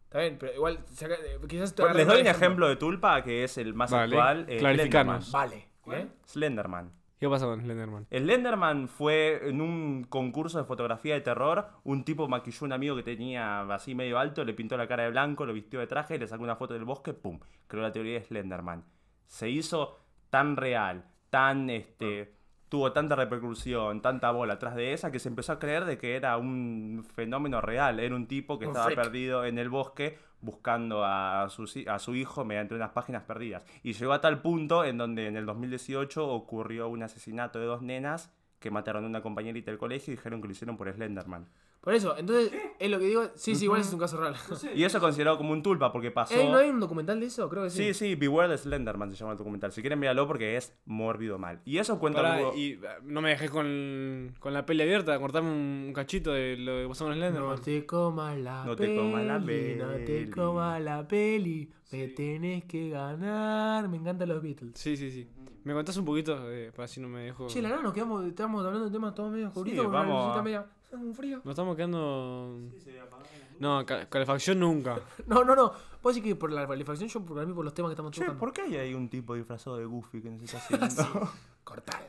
Speaker 2: Está bien, pero igual, saca- eh, quizás te
Speaker 3: Bueno,
Speaker 2: agarré
Speaker 3: Pues Les doy
Speaker 2: mal
Speaker 3: un ejemplo de tulpa que es el más
Speaker 5: Vale,
Speaker 3: actual. eh,
Speaker 5: clarificanos.
Speaker 3: Slenderman.
Speaker 2: Vale. ¿eh?
Speaker 3: Slenderman.
Speaker 5: ¿Qué pasa con Slenderman?
Speaker 3: Slenderman fue en un concurso de fotografía de terror. Un tipo maquilló a un amigo que tenía así medio alto, le pintó la cara de blanco, lo vistió de traje, le sacó una foto del bosque, ¡pum! Creó la teoría de Slenderman. Se hizo tan real, tan
Speaker 2: Ah.
Speaker 3: este. Tuvo tanta repercusión, tanta bola atrás de esa que se empezó a creer de que era un fenómeno real. Era un tipo que
Speaker 2: Un
Speaker 3: estaba
Speaker 2: freak.
Speaker 3: perdido en el bosque buscando a su, si- a su hijo mediante unas páginas perdidas. Y llegó a tal punto en donde en el 2018 ocurrió un asesinato de dos nenas que mataron a una compañerita del colegio y dijeron que lo hicieron por Slenderman.
Speaker 2: Por eso, entonces, es lo que digo. Sí, sí, igual es un caso real.
Speaker 3: Y eso es considerado como un tulpa porque pasó...
Speaker 2: Ey, ¿No hay un documental de eso? Creo que sí.
Speaker 3: Sí, sí, Beware the Slenderman se llama el documental. Si quieren, véalo porque es mórbido mal. Y eso cuenta
Speaker 5: Pará,
Speaker 3: algo-
Speaker 5: y ah, no me dejés con, con la peli abierta, cortame un, un cachito de lo que pasó con
Speaker 2: No
Speaker 5: Slenderman.
Speaker 2: te comas la
Speaker 3: No te
Speaker 2: peli,
Speaker 3: comas la
Speaker 2: no te
Speaker 3: peli.
Speaker 2: comas la peli, me tenés que ganar. Me encantan los Beatles.
Speaker 5: Sí, sí, sí. ¿Me contás un poquito? Eh, para si no me dejo.
Speaker 2: Che, la nada, nos quedamos, estábamos hablando de temas todos medio oscuritos. con
Speaker 3: vamos.
Speaker 2: Una lucecita media. Ah, un frío.
Speaker 5: Nos estamos quedando. No, ca- calefacción nunca.
Speaker 2: No, no, no. Vos decís que por la calefacción, yo por, a mí por los temas que estamos
Speaker 3: Che,
Speaker 2: tocando.
Speaker 3: ¿por qué hay ahí un tipo disfrazado de Goofy que nos está haciendo?
Speaker 2: Cortala.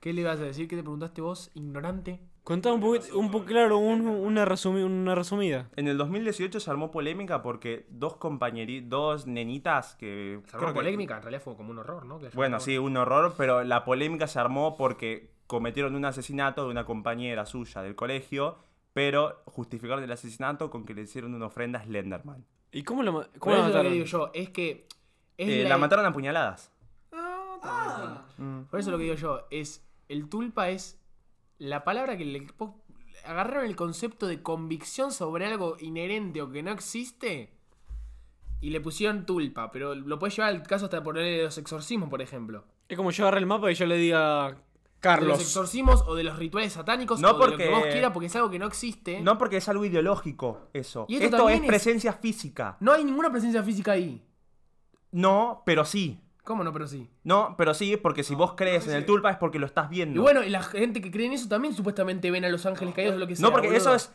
Speaker 2: ¿Qué le ibas a decir? ¿Qué te preguntaste vos, ignorante?
Speaker 5: Contá un poquito, un po- claro, un- una, resumi- una resumida.
Speaker 3: En el 2018 se armó polémica porque dos compañeri, dos nenitas que...
Speaker 2: Se armó
Speaker 3: creo que-
Speaker 2: polémica, en realidad fue como un horror, ¿no? Que haya
Speaker 3: Bueno,
Speaker 2: un
Speaker 3: sí, un horror, pero la polémica se armó porque cometieron un asesinato de una compañera suya del colegio, pero justificaron el asesinato con que le hicieron una ofrenda a Slenderman.
Speaker 5: ¿Y cómo la, ma-
Speaker 2: Por
Speaker 5: cómo la
Speaker 2: eso es lo que
Speaker 5: mataron?
Speaker 2: digo yo, es que. Es e- Ah.
Speaker 3: Eh, la... mataron a puñaladas.
Speaker 2: Por eso lo que digo yo, es. El tulpa es la palabra que le. po- Agarraron el concepto de convicción sobre algo inherente o que no existe y le pusieron tulpa, pero lo puedes llevar al caso hasta ponerle los exorcismos, por ejemplo.
Speaker 5: Es como yo agarré el mapa y yo le diga.
Speaker 2: De los
Speaker 5: Carlos.
Speaker 2: exorcismos o de los rituales satánicos
Speaker 3: No
Speaker 2: o de lo que
Speaker 3: porque-
Speaker 2: vos quieras porque es algo que no existe.
Speaker 3: No porque es algo ideológico eso.
Speaker 2: ¿Eh? Y esto
Speaker 3: esto
Speaker 2: también
Speaker 3: es
Speaker 2: es-
Speaker 3: presencia física.
Speaker 2: No hay ninguna presencia física ahí.
Speaker 3: No, pero sí.
Speaker 2: ¿Cómo no, pero sí?
Speaker 3: No, pero sí, porque si vos crees en el tulpa es porque lo estás viendo.
Speaker 2: Y bueno, y la gente que cree en eso también supuestamente ven a los ángeles caídos o lo que sea.
Speaker 3: no, porque
Speaker 2: boludo.
Speaker 3: eso es...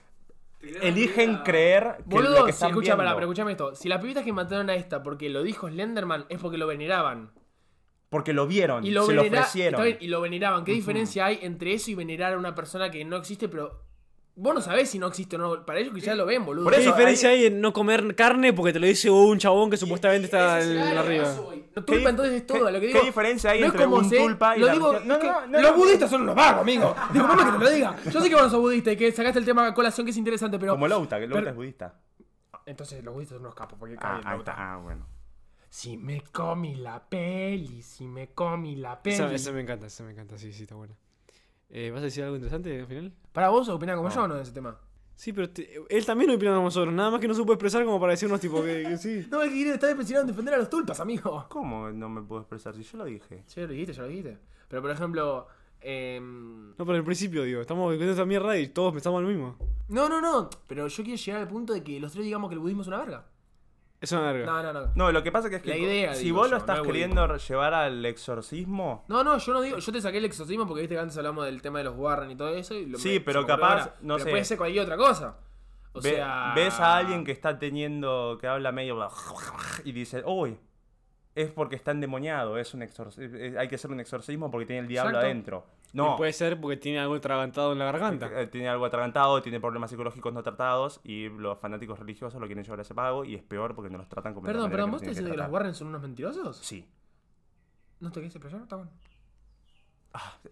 Speaker 3: Eligen creer que lo
Speaker 2: Boludo,
Speaker 3: que
Speaker 2: si
Speaker 3: están
Speaker 2: escucha, pará,
Speaker 3: viendo.
Speaker 2: pero escuchame esto. Si las pibitas que mataron a esta porque lo dijo Slenderman es porque lo veneraban.
Speaker 3: Porque lo vieron,
Speaker 2: Y lo,
Speaker 3: se lo
Speaker 2: venera-
Speaker 3: ofrecieron.
Speaker 2: está bien, y lo veneraban. ¿Qué diferencia hay entre eso y venerar a una persona que no existe, pero vos no sabés si no existe o no? Para ellos que ya lo ven, boludo.
Speaker 3: Por
Speaker 5: ¿Qué
Speaker 3: eso,
Speaker 5: diferencia hay en no comer carne porque te lo dice un chabón que supuestamente está en- arriba?
Speaker 2: No, tulpa
Speaker 3: ¿Qué-
Speaker 2: entonces es todo,
Speaker 3: qué-
Speaker 2: lo que
Speaker 3: qué
Speaker 2: digo.
Speaker 3: diferencia hay
Speaker 2: no es
Speaker 3: entre
Speaker 2: como
Speaker 3: un
Speaker 2: se-
Speaker 3: tulpa y
Speaker 2: lo
Speaker 3: la
Speaker 2: digo,
Speaker 3: religión? No,
Speaker 2: es que
Speaker 3: no, no,
Speaker 2: Los
Speaker 3: no.
Speaker 2: budistas son unos vagos, amigo. Disculpame que te lo diga. Yo sé que vos no sos budista y que sacaste el tema a colación que es interesante, pero.
Speaker 3: Como Louta, que Louta
Speaker 2: pero-
Speaker 3: es budista.
Speaker 2: Entonces los budistas son unos capos, porque
Speaker 3: Ah,
Speaker 2: cae
Speaker 3: ahí
Speaker 2: el Louta.
Speaker 3: está. Ah, bueno.
Speaker 2: Si me comí la peli, si me comí la peli.
Speaker 5: Esa, esa me encanta, esa me encanta, sí, sí, está buena. Eh, ¿Vas a decir algo interesante al final?
Speaker 2: Para vos opinan como yo o no de ese tema.
Speaker 5: Sí, pero te- él también lo opinamos nosotros, nada más que no se puede expresar como para decirnos tipo que, que sí.
Speaker 2: No, es que quiere estar impresionado en defender a los tulpas, amigo.
Speaker 3: ¿Cómo no me puedo expresar si yo lo dije?
Speaker 2: Sí, ya lo dijiste, ya lo dijiste. Pero por ejemplo, em,
Speaker 5: No, pero al principio, digo, estamos con esta mierda y todos pensamos lo mismo.
Speaker 2: no, no, no. Pero yo quiero llegar al punto de que los tres digamos que el budismo es una verga.
Speaker 5: Es una verga.
Speaker 2: No, no, no.
Speaker 3: No, lo que pasa que es que
Speaker 2: La idea,
Speaker 3: si
Speaker 2: digo
Speaker 3: vos
Speaker 2: yo,
Speaker 3: lo estás
Speaker 2: no el
Speaker 3: queriendo llevar al exorcismo,
Speaker 2: No, no, yo no digo, yo te saqué el exorcismo porque viste que antes hablamos del tema de los Warren y todo eso. Y lo-
Speaker 3: Sí,
Speaker 2: me-
Speaker 3: pero
Speaker 2: se me ocurrió
Speaker 3: capaz,
Speaker 2: ahora.
Speaker 3: no
Speaker 2: Pero
Speaker 3: sé.
Speaker 2: Puede ser cualquier otra cosa. O
Speaker 3: ve-
Speaker 2: sea.
Speaker 3: ves a alguien que está teniendo, que habla medio bla- y dice, uy, es porque está endemoniado, es un exorci- eh, hay que hacer un exorcismo porque tiene el diablo
Speaker 2: Exacto.
Speaker 3: adentro.
Speaker 5: Y
Speaker 3: No,
Speaker 5: puede ser porque tiene algo atragantado en la garganta.
Speaker 3: eh, tiene algo atragantado, tiene problemas psicológicos no tratados y los fanáticos religiosos lo quieren llevar a ese pago y es peor porque no los tratan como de la
Speaker 2: Perdón,
Speaker 3: manera
Speaker 2: perdón,
Speaker 3: que
Speaker 2: ¿vos
Speaker 3: los
Speaker 2: estás
Speaker 3: tienen
Speaker 2: diciendo que los
Speaker 3: tratar.
Speaker 2: Warren son unos mentirosos?
Speaker 3: Sí.
Speaker 2: ¿No te querés explayar, Tabán?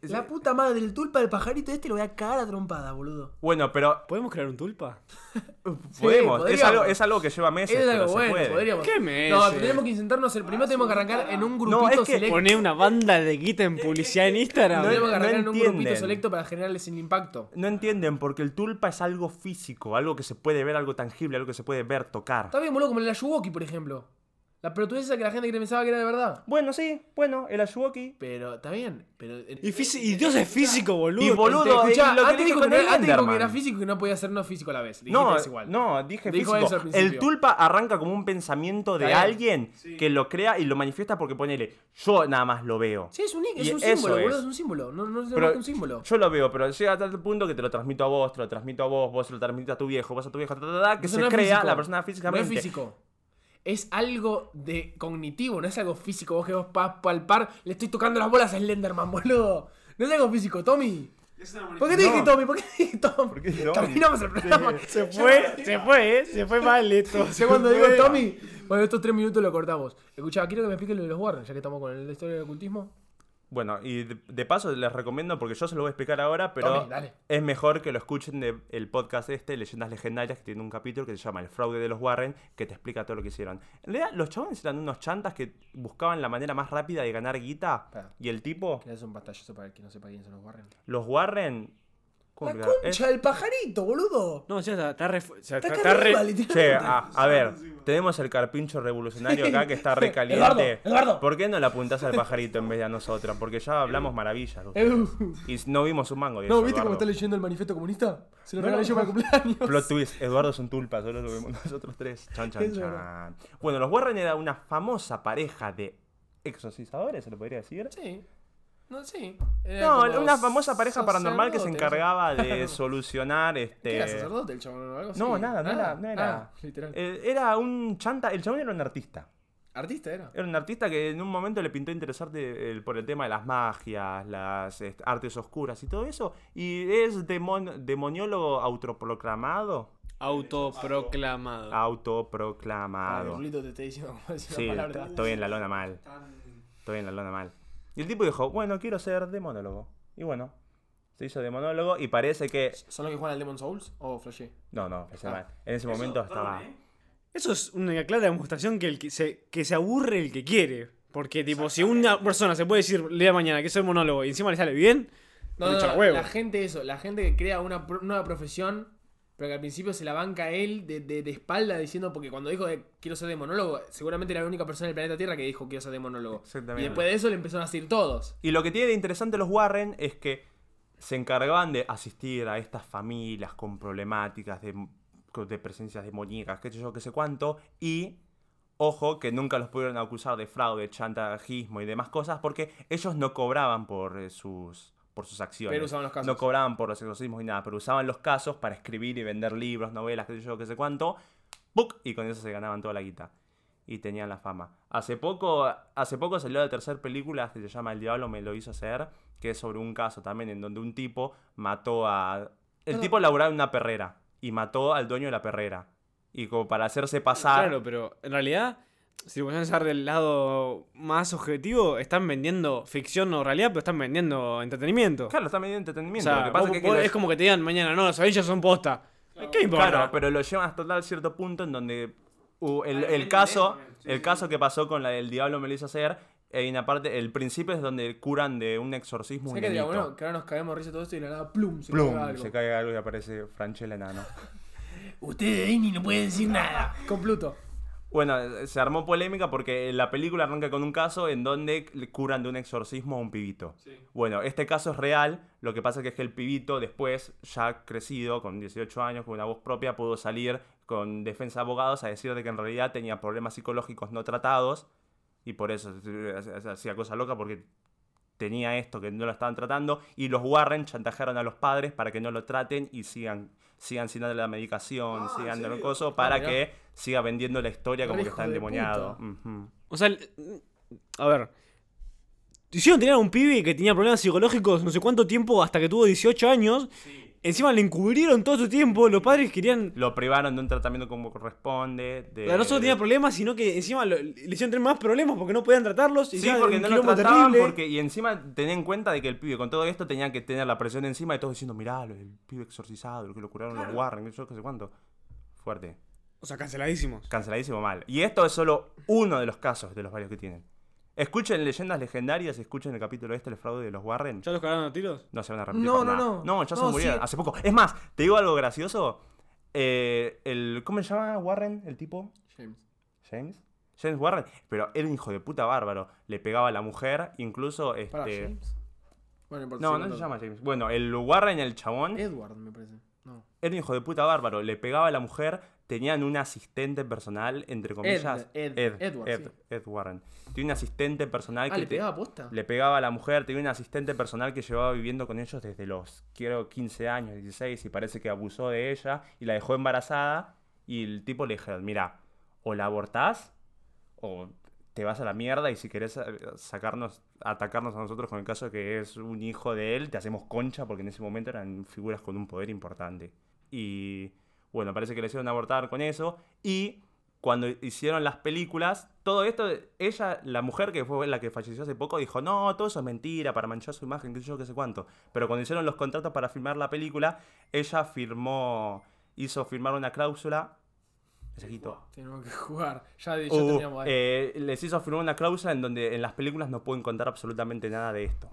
Speaker 6: La puta madre, el tulpa del pajarito este lo voy a cagar a trompada, boludo.
Speaker 3: Bueno, pero
Speaker 5: ¿Podemos crear un tulpa?
Speaker 3: podemos. Es
Speaker 2: podríamos.
Speaker 3: algo, es algo que lleva meses.
Speaker 2: Es
Speaker 3: pero
Speaker 2: algo
Speaker 3: se
Speaker 2: bueno,
Speaker 3: puede.
Speaker 2: podríamos.
Speaker 5: ¿Qué meses?
Speaker 2: No, tenemos que sentarnos el
Speaker 6: Ah,
Speaker 2: primero, tenemos que arrancar en un grupito
Speaker 3: es que-
Speaker 2: selecto.
Speaker 5: Poner una banda de guita en publicidad en Instagram.
Speaker 3: No,
Speaker 2: tenemos que
Speaker 3: no
Speaker 2: arrancar en un grupito
Speaker 3: entienden.
Speaker 2: selecto para generarles el impacto.
Speaker 3: No entienden porque el tulpa es algo físico, algo que se puede ver, algo tangible, algo que se puede ver, tocar.
Speaker 2: Está bien, boludo, como el Ayuwoki, por ejemplo. La pelotudez esa que la gente pensaba que era de verdad.
Speaker 3: Bueno, sí, bueno, el Ayuwoki.
Speaker 2: Pero, está bien, pero... en-
Speaker 5: Y, fisi- y Dios es físico, boludo.
Speaker 3: Y boludo,
Speaker 5: Te- te-
Speaker 2: Escuchá,
Speaker 3: es lo que
Speaker 2: antes dijo,
Speaker 3: dijo
Speaker 2: que, no-
Speaker 3: Neil
Speaker 2: antes dijo que
Speaker 3: Anderman.
Speaker 2: era físico y que no podía ser no físico a la vez. Dijiste
Speaker 3: No,
Speaker 2: es igual.
Speaker 3: no, dije
Speaker 2: Dijo eso al
Speaker 3: físico.
Speaker 2: principio.
Speaker 3: El tulpa arranca como un pensamiento de
Speaker 2: Está bien.
Speaker 3: alguien que lo crea y lo manifiesta porque ponele, yo nada más lo veo.
Speaker 2: Sí, es un, es
Speaker 3: Y
Speaker 2: un
Speaker 3: eso
Speaker 2: símbolo, boludo,
Speaker 3: es.
Speaker 2: es un símbolo. No, no es
Speaker 3: Pero
Speaker 2: más que un símbolo.
Speaker 3: Yo lo veo, pero llega a tal punto que te lo transmito a vos, te lo transmito a vos, vos se lo transmites a tu viejo, vos a tu viejo, ta, ta, ta, ta, que
Speaker 2: Eso
Speaker 3: se
Speaker 2: no es
Speaker 3: crea
Speaker 2: físico.
Speaker 3: la persona físicamente.
Speaker 2: No es físico. Es algo de cognitivo, no es algo físico. Vos que vos vas a palpar, le estoy tocando las bolas a Slenderman, boludo. No es algo físico, Tommy. ¿Por qué te dije Tommy? ¿Por qué te dije Tommy?
Speaker 3: qué Tommy?
Speaker 2: Terminamos el programa.
Speaker 5: Se fue, se fue, eh. Se fue mal esto.
Speaker 2: Yo cuando
Speaker 5: Se
Speaker 2: digo
Speaker 5: fue.
Speaker 2: Tommy, bueno, estos tres minutos lo cortamos. Escuchá, quiero que me expliques lo de los Warren, ya que estamos con la historia del ocultismo.
Speaker 3: Bueno, y de, de paso les recomiendo, porque yo se lo voy a explicar ahora, pero
Speaker 2: Tommy, dale.
Speaker 3: es mejor que lo escuchen del podcast este, Leyendas Legendarias, que tiene un capítulo que se llama El fraude de los Warren, que te explica todo lo que hicieron. En realidad, los chavales eran unos chantas que buscaban la manera más rápida de ganar guita,
Speaker 2: Espera.
Speaker 3: y el tipo,
Speaker 2: Quiero hacer un pantallazo para el que no sepa quiénes son los Warren.
Speaker 3: los Warren... ¿cómo
Speaker 6: La
Speaker 3: explicar? Es-
Speaker 6: concha del pajarito, boludo.
Speaker 5: No, ya está, está re. o
Speaker 6: Está
Speaker 5: sea, está-
Speaker 6: acá
Speaker 5: está re-
Speaker 6: arriba, literalmente.
Speaker 3: Che, a, a ver, tenemos el carpincho revolucionario acá que está re caliente.
Speaker 6: Eduardo, Eduardo.
Speaker 3: ¿Por qué no le apuntás al pajarito en vez de a nosotros? Porque ya hablamos maravillas. Lucía.
Speaker 2: Edu.
Speaker 3: Y no vimos un mango. de
Speaker 2: Eh. No,
Speaker 3: eso,
Speaker 2: ¿viste cómo está
Speaker 3: Eduardo.
Speaker 2: leyendo el manifiesto comunista? Se lo regalé yo para el cumpleaños.
Speaker 3: Plot twist, Eduardo es un tulpa, solo lo vemos nosotros tres. Chan, chan,
Speaker 2: Es
Speaker 3: chan. Bueno, los Warren era una famosa pareja de exorcizadores, se lo podría decir.
Speaker 2: Sí. No, sí.
Speaker 3: No, una famosa pareja paranormal que se encargaba de solucionar este.
Speaker 2: ¿Qué era sacerdote el chabón o algo así?
Speaker 3: No, nada, no
Speaker 2: Ah,
Speaker 3: era. no era.
Speaker 2: ah, literal.
Speaker 3: Eh, era un chanta. El chabón era un artista.
Speaker 2: Artista era.
Speaker 3: Era un artista que en un momento le pintó interesarte eh, por el tema de las magias, las este, artes oscuras y todo eso. Y es demon- demoniólogo autoproclamado.
Speaker 5: Autoproclamado.
Speaker 2: Ah, el
Speaker 3: Autoproclamado.
Speaker 2: Rulito te está diciendo cómo decir
Speaker 3: Sí,
Speaker 2: una
Speaker 3: t-
Speaker 2: palabra.
Speaker 3: estoy en la lona mal. Estoy en la lona mal. Y el tipo dijo, bueno, quiero ser demonólogo. Y bueno, se hizo demonólogo y parece que...
Speaker 2: ¿Son los que juegan al Demon Souls o Flashé?
Speaker 3: No, no, pensé
Speaker 2: Ah. eh.
Speaker 3: mal. En ese momento estaba...
Speaker 5: Eso es una clara demostración que, el que, se, que se aburre el que quiere. Porque, tipo, si una persona se puede decir, lea mañana que soy monólogo y encima le sale bien,
Speaker 2: No,
Speaker 5: le
Speaker 2: no,
Speaker 5: echa
Speaker 2: no,
Speaker 5: huevo.
Speaker 2: la gente eso, la gente que crea una pro- nueva profesión, pero que al principio se la banca él de, de- de espalda diciendo, porque cuando dijo que quiero ser demonólogo, seguramente era la única persona del planeta Tierra que dijo quiero ser demonólogo.
Speaker 3: Exactamente.
Speaker 2: Y después de eso le empezaron a decir todos.
Speaker 3: Y lo que tiene de interesante los Warren es que se encargaban de asistir a estas familias con problemáticas de, de presencias demoníacas, qué sé yo, qué sé cuánto, y ojo que nunca los pudieron acusar de fraude, chantajismo y demás cosas porque ellos no cobraban por eh, sus por sus acciones.
Speaker 2: Pero usaban los casos.
Speaker 3: No cobraban por los exorcismos y nada, pero usaban los casos para escribir y vender libros, novelas, qué sé yo, qué sé cuánto. ¡Buc! Y con eso se ganaban toda la guita y tenían la fama. Hace poco, hace poco salió la tercera película que se llama El Diablo me lo hizo hacer, que es sobre un caso también en donde un tipo mató a... El tipo laburaba en una perrera y mató al dueño de la perrera. Y como para hacerse pasar...
Speaker 5: Claro, pero en realidad, si lo pones a pensar del lado más objetivo, están vendiendo ficción o realidad, pero están vendiendo entretenimiento.
Speaker 3: Claro, está medio
Speaker 5: o
Speaker 3: entretenimiento.
Speaker 5: sea,
Speaker 3: lo que pasa
Speaker 5: vos-
Speaker 3: es que,
Speaker 5: vos-
Speaker 3: que lo-
Speaker 5: es como que te digan mañana, no, los anillos son posta. ¿Qué importa?
Speaker 3: Claro, pero lo llevan hasta tal cierto punto en donde uh, el, el caso, el caso que pasó con la del diablo me lo hizo hacer, hay una parte, el principio es donde curan de un exorcismo.
Speaker 2: ¿Sabés
Speaker 3: Un
Speaker 2: qué diría?
Speaker 3: nenito.
Speaker 2: Bueno, que ahora nos caemos de risa todo esto y de la nada, plum, se
Speaker 3: Plum,
Speaker 2: caga algo.
Speaker 3: se cae algo y aparece Franchella enano.
Speaker 6: Ustedes de Disney no pueden decir
Speaker 3: Este,
Speaker 6: nada.
Speaker 2: Con Pluto.
Speaker 3: Bueno, eh, se armó polémica porque la película arranca con un caso en donde le curan de un exorcismo a un pibito. Bueno, este caso es real, lo que pasa que es que el pibito después, ya crecido, con 18 años, con una voz propia, pudo salir con defensa de abogados a decir de que en realidad tenía problemas psicológicos no tratados y por eso eh, hacía- hacía cosa loca porque tenía esto que no lo estaban tratando y los Warren chantajearon a los padres para que no lo traten y sigan sigan sin darle la medicación, sigan dando cosas para
Speaker 2: mirá.
Speaker 3: que siga vendiendo la historia como
Speaker 2: Re
Speaker 3: que
Speaker 2: hijo
Speaker 3: está
Speaker 2: de
Speaker 3: endemoniado.
Speaker 2: puta.
Speaker 3: Ujú.
Speaker 5: O sea, el- a ver. Hicieron tener a un pibe que tenía problemas psicológicos no sé cuánto tiempo hasta que tuvo 18 años. Encima le encubrieron todo su tiempo. Los padres querían.
Speaker 3: Lo privaron de un tratamiento como corresponde. De,
Speaker 5: no solo tenía problemas, sino que encima lo- le hicieron tener más problemas porque no podían tratarlos.
Speaker 3: Sí,
Speaker 5: encima era
Speaker 3: porque
Speaker 5: un
Speaker 3: no lo
Speaker 5: quilombo
Speaker 3: trataban
Speaker 5: terrible.
Speaker 3: porque y encima tenían en cuenta de que el pibe con todo esto tenía que tener la presión encima y todos diciendo, mirá, lo- el pibe exorcizado, lo que lo curaron los Warren, qué sé yo qué sé cuánto. Fuerte.
Speaker 5: O sea, canceladísimos.
Speaker 3: Canceladísimo mal. Y esto es solo uno de los casos de los varios que tienen. Escuchen leyendas legendarias, escuchen el capítulo este, el fraude de los Warren.
Speaker 5: ¿Ya los cagaron a tiros?
Speaker 3: No se van a arrepentir
Speaker 2: No,
Speaker 3: por
Speaker 2: no,
Speaker 3: nada.
Speaker 2: no.
Speaker 3: No, ya se
Speaker 2: No,
Speaker 3: murieron
Speaker 2: sí.
Speaker 3: hace poco. Es más, te digo algo gracioso. Eh, el, ¿Cómo se llama Warren, el tipo?
Speaker 1: James.
Speaker 3: ¿James? James Warren. Pero era un hijo de puta bárbaro. Le pegaba a la mujer, incluso este.
Speaker 1: Pará, James. Bueno, importa,
Speaker 3: No,
Speaker 1: sigue
Speaker 3: no se
Speaker 1: contando.
Speaker 3: llama James. Bueno, el Warren, el chabón,
Speaker 1: Edward, me parece. No.
Speaker 3: era un hijo de puta bárbaro. Le pegaba a la mujer, tenían un asistente personal, entre comillas.
Speaker 1: Ed, Edward, sí.
Speaker 3: Ed Warren. Tiene un asistente personal
Speaker 1: Ah,
Speaker 3: que
Speaker 1: le
Speaker 3: te-
Speaker 1: pegaba posta.
Speaker 3: le pegaba a la mujer, tenía un asistente personal que llevaba viviendo con ellos desde los, quiero, 15 años, 16, y parece que abusó de ella y la dejó embarazada. Y el tipo le dijeron, mira, o la abortás o te vas a la mierda y si querés eh, sacarnos, atacarnos a nosotros con el caso que es un hijo de él, te hacemos concha porque en ese momento eran figuras con un poder importante. Y bueno, parece que le hicieron abortar con eso y cuando hicieron las películas, todo esto, ella, la mujer que fue la que falleció hace poco, dijo, no, todo eso es mentira, para manchar su imagen, qué sé yo, qué sé cuánto. Pero cuando hicieron los contratos para filmar la película, ella firmó, hizo firmar una cláusula. Se quitó.
Speaker 1: Tenemos que jugar. Ya, ya
Speaker 3: Uh,
Speaker 1: teníamos ahí.
Speaker 3: eh, les hizo firmar una cláusula en donde en las películas no pueden contar absolutamente nada de esto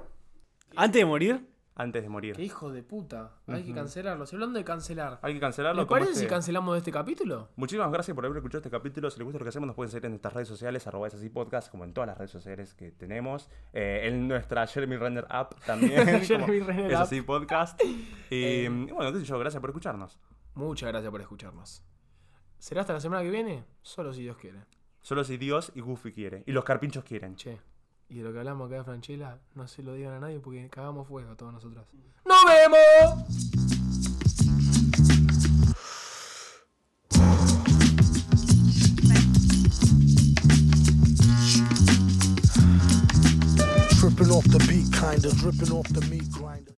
Speaker 5: ¿Antes de morir?
Speaker 3: antes de morir.
Speaker 1: Qué hijo de puta. Hay que cancelarlo. Si hablando de cancelar.
Speaker 3: Hay que
Speaker 1: ¿Les
Speaker 3: cancelarlo. como
Speaker 1: parece si
Speaker 3: este.
Speaker 1: cancelamos de este capítulo?
Speaker 3: Muchísimas gracias por haber escuchado este capítulo. Si les gusta lo que hacemos, nos pueden seguir en nuestras redes sociales, arroba así podcast, como en todas las redes sociales que tenemos. Eh, en nuestra Jeremy Render app también. como
Speaker 1: Jeremy Renner
Speaker 3: es
Speaker 1: app. Eh.
Speaker 3: así podcast. Y y bueno, qué sé yo, gracias por escucharnos.
Speaker 1: Muchas gracias por escucharnos. ¿Será hasta la semana que viene? Solo si Dios quiere.
Speaker 3: Solo si Dios y Goofy quieren. Y los carpinchos quieren.
Speaker 1: Che, y de lo que hablamos acá de Franchella, no se lo digan a nadie porque cagamos fuego todos nosotros. ¡Nos vemos!
Speaker 7: Tripping off the beat, kinda dripping off the meat grinder.